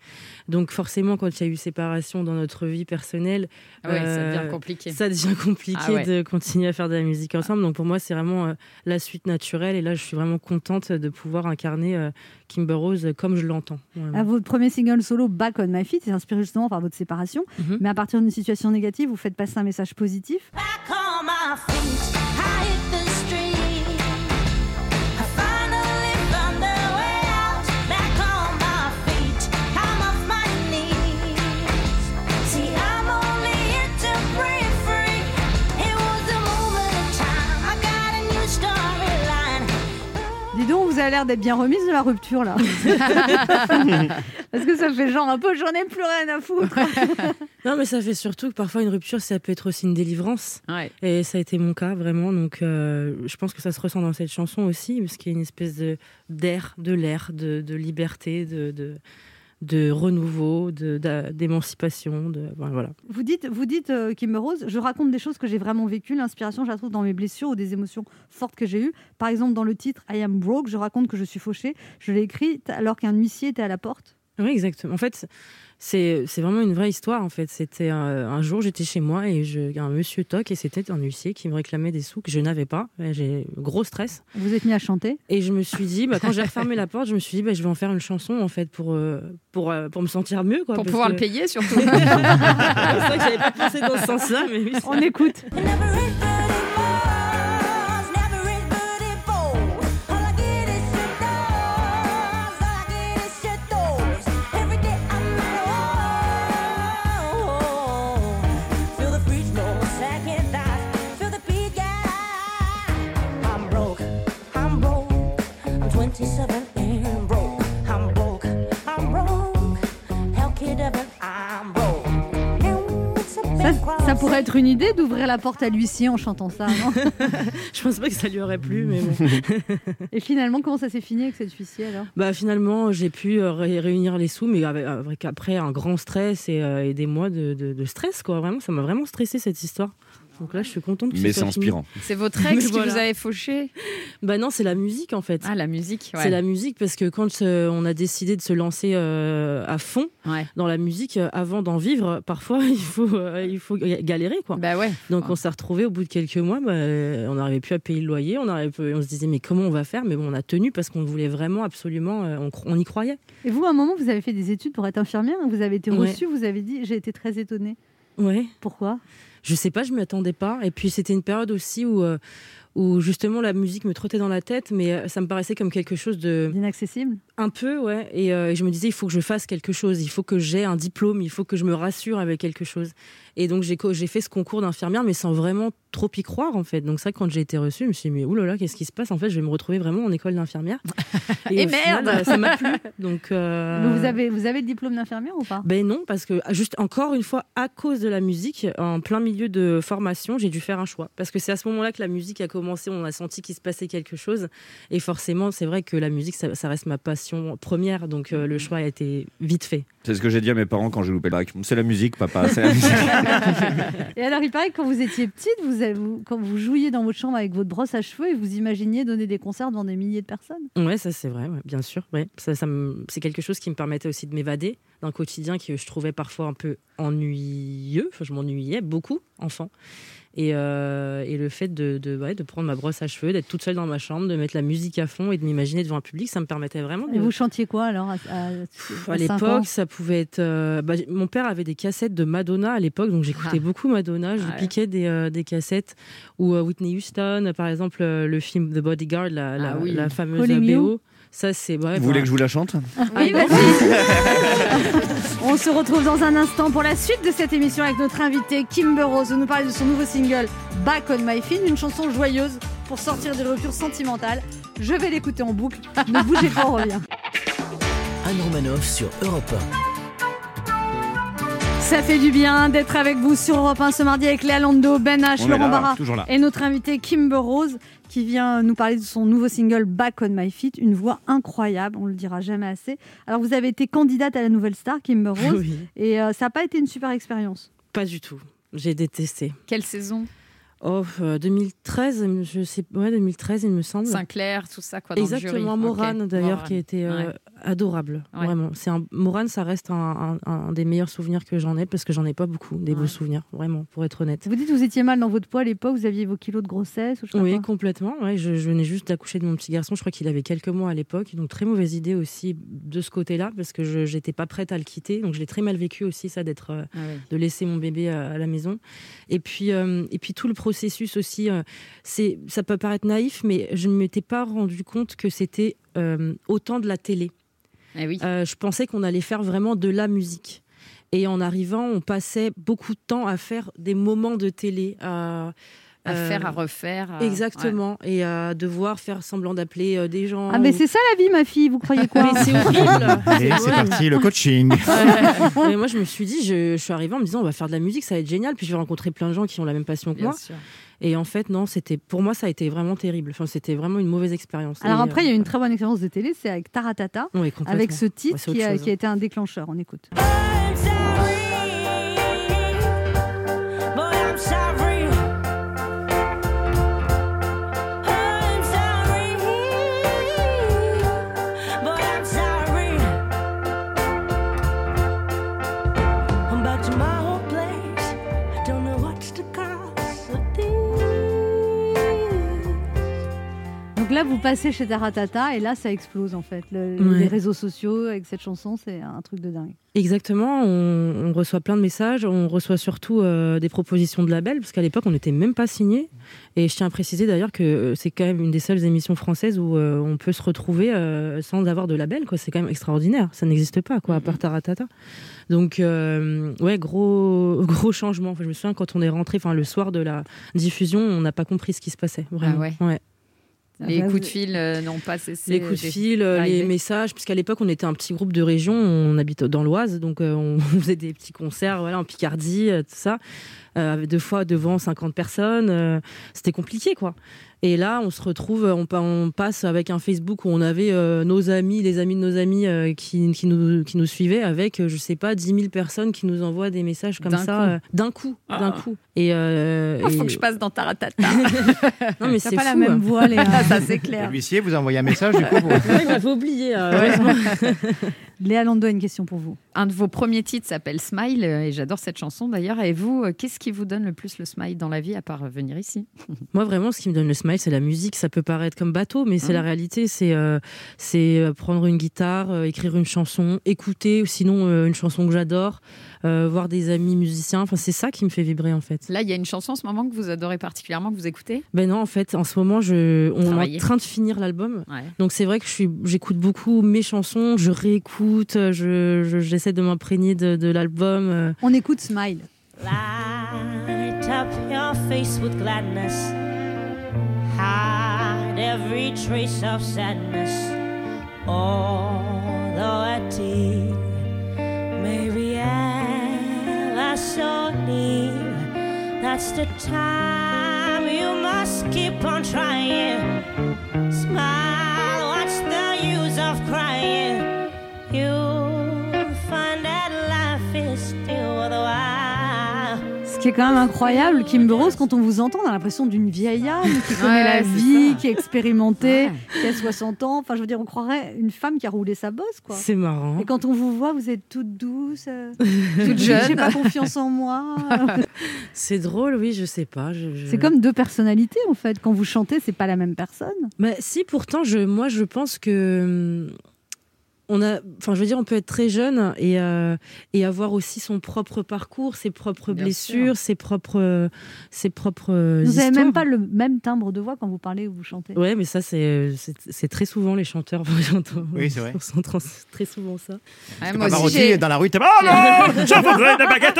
Speaker 9: Donc, forcément, quand il y a eu séparation dans notre vie personnelle,
Speaker 6: Ah ouais, ça devient
Speaker 9: Euh,
Speaker 6: compliqué.
Speaker 9: ça devient compliqué
Speaker 6: Ah ouais. Ah.
Speaker 9: de continuer à faire de la musique ensemble. Donc pour moi, c'est vraiment euh, la suite naturelle. Et là, je suis vraiment contente de pouvoir incarner euh, Kimber Rose euh, comme je l'entends. Voilà.
Speaker 3: À Ah, votre premier single solo, Back on My Feet, est inspiré justement par votre séparation.
Speaker 9: Mhm.
Speaker 3: Mais à partir d'une situation négative, vous faites passer un message positif.
Speaker 8: Back on my feet, I hit the street. I finally found the way out. Back on my feet, I'm off my knees. See, I'm only here to break free. It was a moment of time. I got a new storyline.
Speaker 3: Dis donc, vous avez l'air d'être bien remise de la rupture là. Parce que ça fait genre un peu, j'en ai plus rien à foutre.
Speaker 9: Non, mais ça fait surtout que parfois une rupture, ça peut être aussi une délivrance.
Speaker 6: Ouais.
Speaker 9: Et ça a été mon cas vraiment. Donc euh, je pense que ça se ressent dans cette chanson aussi, parce qu'il y a une espèce de- d'air, de l'air, de, de liberté, de, de, de renouveau, de- d'a- d'émancipation. De, voilà.
Speaker 3: Vous dites, vous dites, euh, Kim Rose, je raconte des choses que j'ai vraiment vécues. L'inspiration, je la trouve dans mes blessures ou des émotions fortes que j'ai eues. Par exemple, dans le titre I Am Broke, je raconte que je suis fauchée. Je l'ai écrit alors qu'un huissier était à la porte.
Speaker 9: Oui, exactement. En fait, c'est c'est vraiment une vraie histoire. En fait, c'était euh, un jour, j'étais chez moi et je, un monsieur toque et c'était un huissier qui me réclamait des sous que je n'avais pas. Et J'ai gros stress
Speaker 3: Vous êtes mis à chanter.
Speaker 9: et je me suis dit, bah, quand j'ai refermé la porte, je me suis dit, bah, je vais en faire une chanson en fait pour euh, pour euh, pour me sentir mieux, quoi.
Speaker 6: Pour
Speaker 9: parce
Speaker 6: pouvoir
Speaker 9: que-
Speaker 6: le payer, surtout.
Speaker 9: C'est vrai que j'avais pas pensé dans ce sens-là, mais oui, c'est-
Speaker 3: On écoute.
Speaker 8: It never is but it was, never is but it was. All I get is shit doors, all I get is shit doors. Every day I'm at home. Feel the free flow, second thought, feel the beat, yeah. I'm broke, I'm broke, I'm 27 and broke. I'm broke, I'm broke, hell kid ever, I'm broke. And it's a
Speaker 3: Ça,
Speaker 8: big
Speaker 3: ça pourrait être une idée d'ouvrir la porte à l'huissier en chantant ça, non
Speaker 9: Je pense pas que ça lui aurait plu, mais bon.
Speaker 3: Et finalement, comment ça s'est fini avec cet huissier alors
Speaker 9: Bah finalement, j'ai pu euh, ré- réunir les sous, mais avec, avec après un grand stress et, euh, et des mois de, de- de stress, quoi. Vraiment, ça m'a vraiment stressé cette histoire. Donc là, je suis contente. Que ce
Speaker 10: Mais
Speaker 9: soit
Speaker 10: c'est
Speaker 9: fini.
Speaker 10: inspirant.
Speaker 6: C'est votre ex
Speaker 9: Mais
Speaker 6: qui
Speaker 9: voilà.
Speaker 6: vous avait fauché
Speaker 9: Bah non, c'est la musique en fait.
Speaker 6: Ah, la musique, ouais.
Speaker 9: C'est la musique parce que quand euh, on a décidé de se lancer euh, à fond
Speaker 6: Ouais.
Speaker 9: dans la musique, euh, avant d'en vivre, parfois il faut, euh, il faut ga- galérer quoi.
Speaker 6: Bah ouais.
Speaker 9: Donc on s'est retrouvés au bout de quelques mois, bah, euh, on n'arrivait plus à payer le loyer, on, n'arrivait plus- on se disait mais comment on va faire Mais bon, on a tenu parce qu'on voulait vraiment absolument, euh, on, cro- on y croyait.
Speaker 3: Et vous, à un moment, vous avez fait des études pour être infirmière, hein, vous avez été
Speaker 9: Ouais.
Speaker 3: reçue, vous avez dit, j'ai été très étonnée.
Speaker 9: Ouais.
Speaker 3: Pourquoi
Speaker 9: Je sais pas, je m'y attendais pas. Et puis c'était une période aussi où, euh, où justement la musique me trottait dans la tête, mais euh, ça me paraissait comme quelque chose de...
Speaker 3: Inaccessible
Speaker 9: Un peu, ouais. Et, euh, et je me disais, il faut que je fasse quelque chose, il faut que j'ai un diplôme, il faut que je me rassure avec quelque chose. Et donc j'ai co- j'ai fait ce concours d'infirmière, mais sans vraiment trop y croire, en fait. Donc ça, quand j'ai été reçue, je me suis dit, mais oulala, qu'est-ce qui se passe En fait, je vais me retrouver vraiment en école d'infirmière.
Speaker 6: Et
Speaker 9: au final,
Speaker 6: merde
Speaker 9: euh, Ça m'a plu. Donc, euh,
Speaker 3: Mais vous avez, vous avez le diplôme d'infirmière ou pas
Speaker 9: Ben non, parce que ah, juste encore une fois, à cause de la musique, en plein milieu de formation, j'ai dû faire un choix. Parce que c'est à ce moment-là que la musique a commencé, on a senti qu'il se passait quelque chose. Et forcément, c'est vrai que la musique, ça, ça reste ma passion première, donc
Speaker 10: Mhm.
Speaker 9: euh, le choix a été vite fait.
Speaker 10: C'est ce que j'ai dit à mes parents quand j'ai loupé le bac. C'est la musique, papa. Ah, C'est la musique.
Speaker 3: Et alors, il paraît que quand vous étiez petite, vous, avez- vous- quand vous jouiez dans votre chambre avec votre brosse à cheveux et vous imaginiez donner des concerts devant des milliers de personnes.
Speaker 9: Ouais, ça c'est vrai, ouais, bien sûr. Ouais. Ça, ça me- c'est quelque chose qui me permettait aussi de m'évader d'un quotidien que je trouvais parfois un peu ennuyeux. Enfin, je m'ennuyais beaucoup, enfant. Et, euh, et le fait de, de, ouais, de prendre ma brosse à cheveux, d'être toute seule dans ma chambre, de mettre la musique à fond et de m'imaginer devant un public, ça me permettait vraiment de.
Speaker 3: Et vous chantiez quoi alors à, à-
Speaker 9: Pff,
Speaker 3: à
Speaker 9: à
Speaker 3: cinq ans
Speaker 9: l'époque, ça pouvait être. euh, bah, j- mon père avait des cassettes de Madonna à l'époque, donc j'écoutais
Speaker 6: Ah.
Speaker 9: beaucoup Madonna. Je lui
Speaker 6: Ouais.
Speaker 9: piquais des, euh, des cassettes ou euh, Whitney Houston, euh, par exemple euh, le film The Bodyguard, la, la,
Speaker 6: Ah oui.
Speaker 9: la fameuse
Speaker 3: Calling You.
Speaker 9: BO. Ça, c'est. ouais, Ah
Speaker 10: Vous voulez
Speaker 9: bah,
Speaker 10: que je vous la chante
Speaker 6: Ah
Speaker 3: Oui, vas-y. On se retrouve dans un instant pour la suite de cette émission avec notre invité Kim Burrows. Vous nous parle de son nouveau single Back on My Fin, une chanson joyeuse pour sortir des ruptures sentimentales. Je vais l'écouter en boucle. Ne bougez pas, on revient.
Speaker 2: Anne Romanoff sur Europe
Speaker 3: Ça fait du bien d'être avec vous sur Europe 1 ce mardi avec Léa Lando, Ben H,
Speaker 10: On est
Speaker 3: Laurent
Speaker 10: là,
Speaker 3: Barra
Speaker 10: toujours là.
Speaker 3: et notre invité Kimber Rose qui vient nous parler de son nouveau single Back on My Feet, une voix incroyable, on le dira jamais assez. Alors vous avez été candidate à la nouvelle star Kimber Rose
Speaker 9: oui,
Speaker 3: et euh, ça n'a pas été une super expérience.
Speaker 9: pas du tout. J'ai détesté.
Speaker 6: Quelle saison
Speaker 9: Oh, euh, 2013, je sais. Ouais, 2013, il me semble.
Speaker 6: Sinclair, tout ça, quoi. Dans le jury.
Speaker 9: Mmh. Exactement,
Speaker 6: Ok.
Speaker 9: Morane d'ailleurs,
Speaker 6: Morane.
Speaker 9: qui était euh,
Speaker 6: Ouais.
Speaker 9: adorable.
Speaker 6: Ouais.
Speaker 9: Vraiment, c'est un Morane, ça reste un, un- un des meilleurs souvenirs que j'en ai parce que j'en ai pas beaucoup des
Speaker 6: Ouais.
Speaker 9: beaux souvenirs, vraiment, pour être honnête.
Speaker 3: Vous dites que vous étiez mal dans votre poids à l'époque, vous aviez vos kilos de grossesse ou je sais pas
Speaker 9: Oui,
Speaker 3: quoi.
Speaker 9: complètement. Ouais, je, je venais juste d'accoucher de mon petit garçon. Je crois qu'il avait quelques mois à l'époque. Donc, très mauvaise idée aussi de ce côté-là, parce que je n'étais pas prête à le quitter. Donc, je l'ai très mal vécu aussi, ça, d'être, euh,
Speaker 6: Ah oui.
Speaker 9: de laisser mon bébé euh, à, à la maison. Et puis, euh, et puis, tout le processus aussi, euh, c'est, ça peut paraître naïf, mais je ne m'étais pas rendu compte que c'était euh, autant de la télé.
Speaker 6: Ah oui.
Speaker 9: Euh, je pensais qu'on allait faire vraiment de la musique. Et en arrivant, on passait beaucoup de temps à faire des moments de télé. À,
Speaker 6: À
Speaker 9: euh,
Speaker 6: faire, à refaire. à-
Speaker 9: Exactement. Et à devoir faire semblant d'appeler euh, des gens.
Speaker 3: Ah mais c'est ça la vie ma fille, vous croyez quoi
Speaker 9: Mais c'est horrible.
Speaker 6: Ah,
Speaker 5: Et c'est parti, le coaching.
Speaker 9: Ouais. Mais moi, je me suis dit, je, je suis arrivée en me disant, on va faire de la musique, ça va être génial. Puis je vais rencontrer plein de gens qui ont la même passion
Speaker 6: Ouais,
Speaker 9: que
Speaker 6: bien
Speaker 9: moi.
Speaker 6: sûr.
Speaker 9: Et en fait, non, c'était pour moi, ça a été vraiment terrible. Enfin, c'était vraiment une mauvaise expérience.
Speaker 3: Alors
Speaker 9: Et,
Speaker 3: après il y a
Speaker 9: euh,
Speaker 3: une très bonne expérience de télé, c'est avec Taratata,
Speaker 9: ouais, complètement.
Speaker 3: avec ce titre
Speaker 9: Ouais, c'est
Speaker 3: qui,
Speaker 9: autre
Speaker 3: a,
Speaker 9: chose,
Speaker 3: qui a été un déclencheur, on écoute. Donc là, vous passez chez Taratata et là, ça explose en fait. Le-
Speaker 9: Ouais.
Speaker 3: Les réseaux sociaux avec cette chanson, c'est un truc de dingue.
Speaker 9: Exactement, on, on reçoit plein de messages, on reçoit surtout euh, des propositions de labels, parce qu'à l'époque, on n'était même pas signé. Et je tiens à préciser d'ailleurs que euh, c'est quand même une des seules émissions françaises où euh, on peut se retrouver euh, sans avoir de label, quoi. C'est quand même extraordinaire, ça n'existe pas, quoi, à
Speaker 6: Mm-hmm.
Speaker 9: part Taratata. Donc, euh, ouais, gros, gros changement. Enfin, je me souviens quand on est rentré, enfin, le soir de la diffusion, on n'a pas compris ce qui se passait, vraiment.
Speaker 6: Ah ouais. Les coups de fil euh, n'ont pas cessé.
Speaker 9: Ah bah Les coups de
Speaker 6: J'ai-
Speaker 9: fil, euh,
Speaker 6: arrivé.
Speaker 9: les messages, puisqu'à l'époque on était un petit groupe de région, on habite dans l'Oise, donc euh, on faisait des petits concerts voilà, en Picardie, euh, tout ça. euh, avec deux fois devant 50 personnes. euh, C'était compliqué, quoi. Et là, on se retrouve, on, pa- on passe avec un Facebook où on avait euh, nos amis, les amis de nos amis euh, qui, qui nous, qui nous suivaient, avec, euh, je sais pas, 10 000 personnes qui nous envoient des messages comme
Speaker 6: D'un
Speaker 9: ça,
Speaker 6: coup.
Speaker 9: euh, d'un coup, d'un
Speaker 6: Ah.
Speaker 9: coup. Et, euh,
Speaker 6: Il faut
Speaker 9: et-
Speaker 6: que je passe dans Taratata.
Speaker 9: non, mais
Speaker 6: T'as
Speaker 9: c'est
Speaker 6: pas la
Speaker 9: fou,
Speaker 6: même
Speaker 9: hein.
Speaker 6: voix, Léa. Ah, Ça, c'est clair.
Speaker 5: L'huissier vous a envoyé un message, du coup. pour-
Speaker 9: Ouais, il m'avait oublié, euh, heureusement.
Speaker 3: Léa Lando a une question pour vous.
Speaker 6: Un de vos premiers titres s'appelle Smile euh, et j'adore cette chanson d'ailleurs. Et vous, euh, qu'est-ce qui vous donne le plus le smile dans la vie à part euh, venir ici
Speaker 9: Moi, vraiment, ce qui me donne le smile, c'est la musique. Ça peut paraître comme bateau, mais c'est la réalité. C'est euh, c'est, euh, prendre une guitare, euh, écrire une chanson, écouter, ou sinon euh, une chanson que j'adore, euh, voir des amis musiciens. Enfin, c'est ça qui me fait vibrer, en fait.
Speaker 6: Là, il y a une chanson en ce moment que vous adorez particulièrement, que vous écoutez
Speaker 9: Ben non, en fait, en ce moment, je, on est
Speaker 6: Travailler.
Speaker 9: en train de finir l'album.
Speaker 6: Ouais.
Speaker 9: Donc c'est vrai que je suis- j'écoute beaucoup mes chansons, je réécoute, j'essaie je, j'essaie de m'imprégner de, de l'album. euh,
Speaker 3: On écoute Smile.
Speaker 8: Light up your face with gladness. Hide every trace of sadness. Although a tear may be ever so near, that's the time you must keep on trying. Smile, what's the use of crying? You'll find that life is still worthwhile.
Speaker 3: Ce qui est quand même incroyable, Kimber Rose, quand on vous entend, on a l'impression d'une vieille âme qui connaît
Speaker 6: Ouais,
Speaker 3: la
Speaker 6: c'est
Speaker 3: vie,
Speaker 6: ça.
Speaker 3: qui est expérimentée,
Speaker 6: Ouais.
Speaker 3: qui a 60 ans. Enfin, je veux dire, on croirait une femme qui a roulé sa bosse, quoi.
Speaker 9: C'est marrant.
Speaker 3: Et quand on vous voit, vous êtes toute douce, euh,
Speaker 6: Toute
Speaker 3: J'ai
Speaker 6: jeune.
Speaker 3: pas confiance en moi.
Speaker 9: C'est drôle, oui, je sais pas. je- je-
Speaker 3: C'est comme deux personnalités en fait. Quand vous chantez, c'est pas la même personne.
Speaker 9: Bah, si, pourtant, je, moi, je pense que. hum, On a, enfin, je veux dire, on peut être très jeune et, euh, et avoir aussi son propre parcours, ses propres
Speaker 6: Bien
Speaker 9: blessures, ses propres, ses propres euh,
Speaker 3: Vous avez
Speaker 9: histoires.
Speaker 3: même pas le même timbre de voix quand vous parlez ou vous chantez.
Speaker 9: Ouais, mais ça, c'est c'est- c'est très souvent les chanteurs. j'entends-
Speaker 5: Oui, c'est vrai.
Speaker 9: On s'entend très souvent ça.
Speaker 6: Ouais, moi aussi,
Speaker 5: Pavarotti
Speaker 6: j'ai-
Speaker 5: est dans la rue, t'es Oh non Je voudrais des baguettes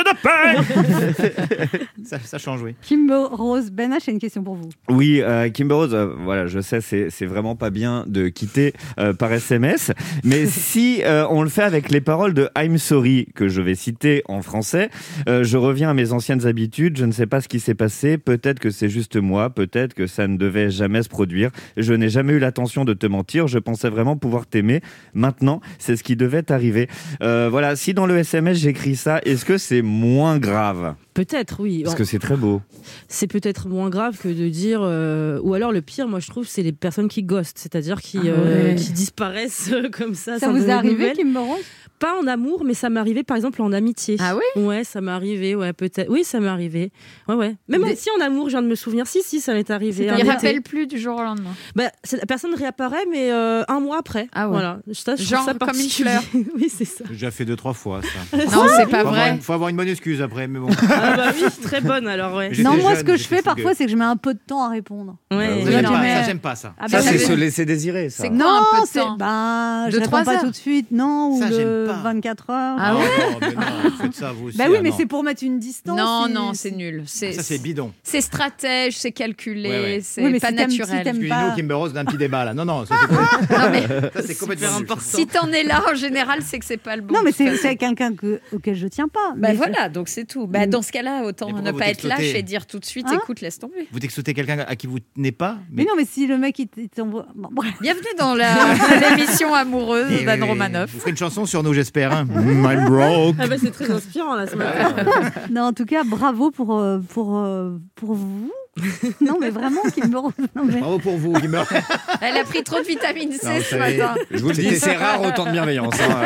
Speaker 5: de pain ça, ça change, oui.
Speaker 3: Kimbo Rose Ben H a une question pour vous.
Speaker 4: Oui, euh, Kimber Rose, euh, voilà, je sais, c'est c'est vraiment pas bien de quitter euh, par SMS, mais si euh, on le fait avec les paroles de I'm sorry que je vais citer en français, euh, je reviens à mes anciennes habitudes, je ne sais pas ce qui s'est passé, peut-être que c'est juste moi, peut-être que ça ne devait jamais se produire, je n'ai jamais eu l'attention de te mentir, je pensais vraiment pouvoir t'aimer, maintenant c'est ce qui devait arriver. Euh, voilà, si dans le SMS j'écris ça, est-ce que c'est moins grave
Speaker 9: Peut-être, oui.
Speaker 4: Parce que c'est très beau.
Speaker 9: c'est peut-être moins grave que de dire euh, ou alors le pire moi je trouve c'est les personnes qui ghostent c'est-à-dire qui, euh,
Speaker 6: ouais.
Speaker 9: qui disparaissent euh, comme ça
Speaker 3: Ah Ça
Speaker 9: sans
Speaker 3: vous est
Speaker 9: donner de
Speaker 3: arrivé
Speaker 9: nouvelles.
Speaker 3: Kimbo Rose
Speaker 9: pas en amour mais ça m'est arrivé par exemple en amitié
Speaker 6: Ah
Speaker 9: oui ouais ça m'est arrivé ouais peut-être oui ça m'est arrivé ouais ouais même
Speaker 6: Des-
Speaker 9: si en amour je viens de me souvenir si si ça m'est arrivé
Speaker 3: C'est-à-dire
Speaker 9: Un
Speaker 6: Il
Speaker 9: été.
Speaker 3: Arrêtez.
Speaker 6: rappelle plus du jour au lendemain.
Speaker 9: Bah, c'est- la personne réapparaît mais euh, un mois après
Speaker 6: Ah ouais.
Speaker 9: voilà ça, je trouve
Speaker 6: Genre
Speaker 9: ça
Speaker 6: comme une
Speaker 9: particulier.
Speaker 6: fleur.
Speaker 9: oui c'est ça
Speaker 5: J'ai déjà fait deux, trois fois, ça.
Speaker 6: non, c'est pas
Speaker 5: faut avoir
Speaker 6: vrai.
Speaker 5: une- faut avoir une bonne excuse après, mais bon.
Speaker 9: ah bah oui très bonne alors ouais,
Speaker 5: J'étais
Speaker 3: Non, moi
Speaker 5: jeune,
Speaker 3: ce que je
Speaker 5: j'étais
Speaker 3: fais
Speaker 5: single.
Speaker 3: parfois, c'est que je mets un peu de temps à répondre.
Speaker 9: ouais.
Speaker 5: Ça, j'aime
Speaker 3: non,
Speaker 5: pas,
Speaker 3: mais-
Speaker 5: ça, j'aime pas ça.
Speaker 3: Ah
Speaker 10: Ça,
Speaker 3: ben,
Speaker 10: c'est
Speaker 3: ça-
Speaker 10: se laisser désirer, ça.
Speaker 6: C'est quoi un peu de
Speaker 3: c'est
Speaker 6: temps
Speaker 3: ben, je
Speaker 6: Deux,
Speaker 3: réponds
Speaker 6: trois
Speaker 3: pas
Speaker 6: heures.
Speaker 3: tout de suite, non, ou
Speaker 5: Ça,
Speaker 3: le
Speaker 5: j'aime pas.
Speaker 3: 24 heures.
Speaker 6: Ah
Speaker 5: Non,
Speaker 6: ouais
Speaker 5: Oh, mais non, faites ça, vous aussi,
Speaker 3: Bah oui,
Speaker 5: ah
Speaker 3: mais
Speaker 5: non.
Speaker 3: c'est pour mettre une distance.
Speaker 6: Non,
Speaker 3: et-
Speaker 6: non, c'est nul. C'est
Speaker 5: Ah, Ça, c'est bidon.
Speaker 6: c'est stratège, c'est calculé,
Speaker 5: Ouais, ouais.
Speaker 6: c'est
Speaker 3: Oui, mais
Speaker 6: pas
Speaker 3: si t'aimes- si
Speaker 6: naturel.
Speaker 3: t'aimes-
Speaker 5: Parce que
Speaker 3: pas.
Speaker 5: nous, Kimber Rose, on a un petit débat là. Non, non, ça c'est complètement-
Speaker 6: Non, mais
Speaker 5: ça, c'est complètement
Speaker 9: Super
Speaker 5: nul.
Speaker 9: important.
Speaker 6: si t'en es là, en général, c'est que c'est pas le bon.
Speaker 3: Non, mais c'est c'est quelqu'un que- auquel je tiens pas.
Speaker 6: Bah
Speaker 3: Mais-
Speaker 6: voilà, donc c'est tout. Bah, dans ce cas-là, autant
Speaker 5: Mais
Speaker 6: ne
Speaker 5: pourquoi vous
Speaker 6: pas être
Speaker 5: textotez
Speaker 6: lâche et dire tout de suite,
Speaker 3: Hein
Speaker 6: écoute, laisse tomber.
Speaker 5: Vous textez quelqu'un à qui vous tenez pas,
Speaker 3: Mais non, mais si le mec il t- il t'envoie. bon, bref.
Speaker 6: Bienvenue dans la- l'émission amoureuse
Speaker 5: Eh
Speaker 6: d'Anne
Speaker 5: oui,
Speaker 6: Romanoff.
Speaker 5: Vous ferez une chanson sur nous, j'espère. hein. Mm, I'm broke.
Speaker 9: ah bah c'est très inspirant là ce matin
Speaker 3: Non, en tout cas, bravo pour, euh, pour, euh, pour vous. Non, mais vraiment, Kimber Rose. Non, mais...
Speaker 5: Bravo pour vous, Kimber.
Speaker 6: Elle a pris trop de vitamine C
Speaker 5: Non, vous
Speaker 6: ce
Speaker 5: savez-
Speaker 6: matin.
Speaker 10: Je vous le dis,
Speaker 5: C'était-
Speaker 10: c'est rare autant de bienveillance. hein.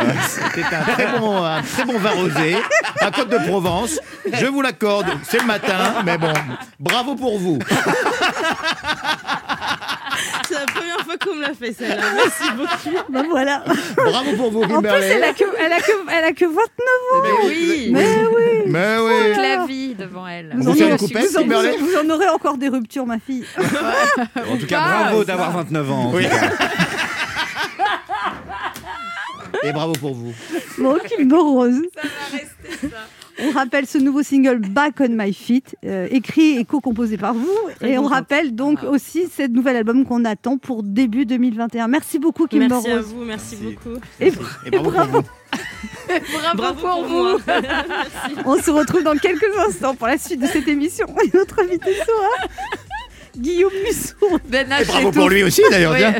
Speaker 5: C'est un très bon, un très bon vin rosé, un Côte de Provence. Je vous l'accorde, c'est le matin, mais bon, bravo pour vous.
Speaker 9: c'est la première fois qu'on me l'a fait celle-là merci beaucoup
Speaker 3: Bah voilà.
Speaker 5: Bravo pour vous,
Speaker 3: En plus, elle
Speaker 5: Kimberley.
Speaker 3: a que, elle a que, elle a que 29
Speaker 6: Mais oui,
Speaker 3: Mais oui,
Speaker 5: Mais oui.
Speaker 6: toute la vie devant elle.
Speaker 5: Vous faites
Speaker 6: Le
Speaker 5: une coupette,
Speaker 6: succès.
Speaker 3: vous en,
Speaker 5: Kimberley
Speaker 3: vous en aurez encore des ruptures, ma fille.
Speaker 4: En tout cas,
Speaker 6: Ah,
Speaker 4: bravo
Speaker 6: ça.
Speaker 4: d'avoir 29 ans. en
Speaker 5: Oui.
Speaker 4: tout cas.
Speaker 5: Et bravo pour vous.
Speaker 3: Bon, Kimber Rose.
Speaker 6: Ça va rester ça.
Speaker 3: On rappelle ce nouveau single Back on My Feet, euh, écrit et co-composé par vous.
Speaker 9: Très
Speaker 3: et on
Speaker 9: contente.
Speaker 3: rappelle donc
Speaker 6: Ah.
Speaker 3: aussi ce nouvel album qu'on attend pour début 2021. Merci beaucoup, Kimber
Speaker 9: merci à
Speaker 3: Rose.
Speaker 9: vous merci
Speaker 5: Merci.
Speaker 9: beaucoup
Speaker 3: Et,
Speaker 5: Et bravo pour vous.
Speaker 6: Bravo, pour, vous.
Speaker 3: On se retrouve dans quelques instants pour la suite de cette émission. Et notre invité sera Guillaume Musso.
Speaker 6: Ben H
Speaker 5: Et bravo pour lui aussi, d'ailleurs, tiens.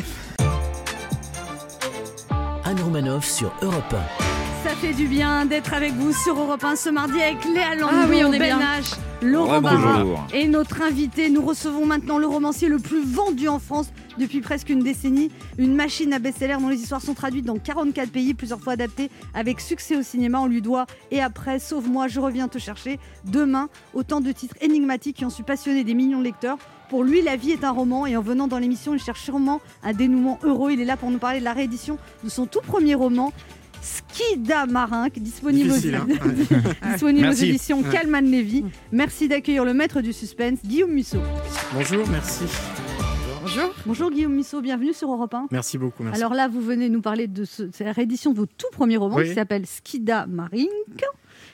Speaker 2: Anne Romanoff sur Europe
Speaker 3: Ça fait du bien d'être avec vous sur Europe 1 ce mardi avec Léa Landau,
Speaker 6: Ah oui, on est
Speaker 3: Ben
Speaker 6: bien.
Speaker 3: H, Laurent Barra
Speaker 10: Bonjour.
Speaker 3: et notre invité. Nous recevons maintenant le romancier le plus vendu en France depuis presque une décennie. Une machine à best-seller dont les histoires sont traduites dans 44 pays, plusieurs fois adaptées avec succès au cinéma. On lui doit Et après, Sauve-moi, je reviens te chercher. Demain, autant de titres énigmatiques qui ont su passionner des millions de lecteurs. Pour lui, la vie est un roman et en venant dans l'émission, il cherche sûrement un dénouement heureux. Il est là pour nous parler de la réédition de son tout premier roman, Skida Marinque, disponible aux,
Speaker 11: Difficile, hein.
Speaker 3: disponible aux
Speaker 11: Merci.
Speaker 3: éditions
Speaker 11: Ouais.
Speaker 3: Calman Levy. Merci d'accueillir le maître du suspense, Guillaume Musso.
Speaker 11: Bonjour, merci.
Speaker 6: Bonjour.
Speaker 3: Bonjour Guillaume Musso, bienvenue sur Europe 1.
Speaker 11: Merci beaucoup, merci.
Speaker 3: Alors là, vous venez nous parler de ce- c'est la réédition de vos tout premiers romans
Speaker 11: Oui.
Speaker 3: qui s'appelle Skida Marink.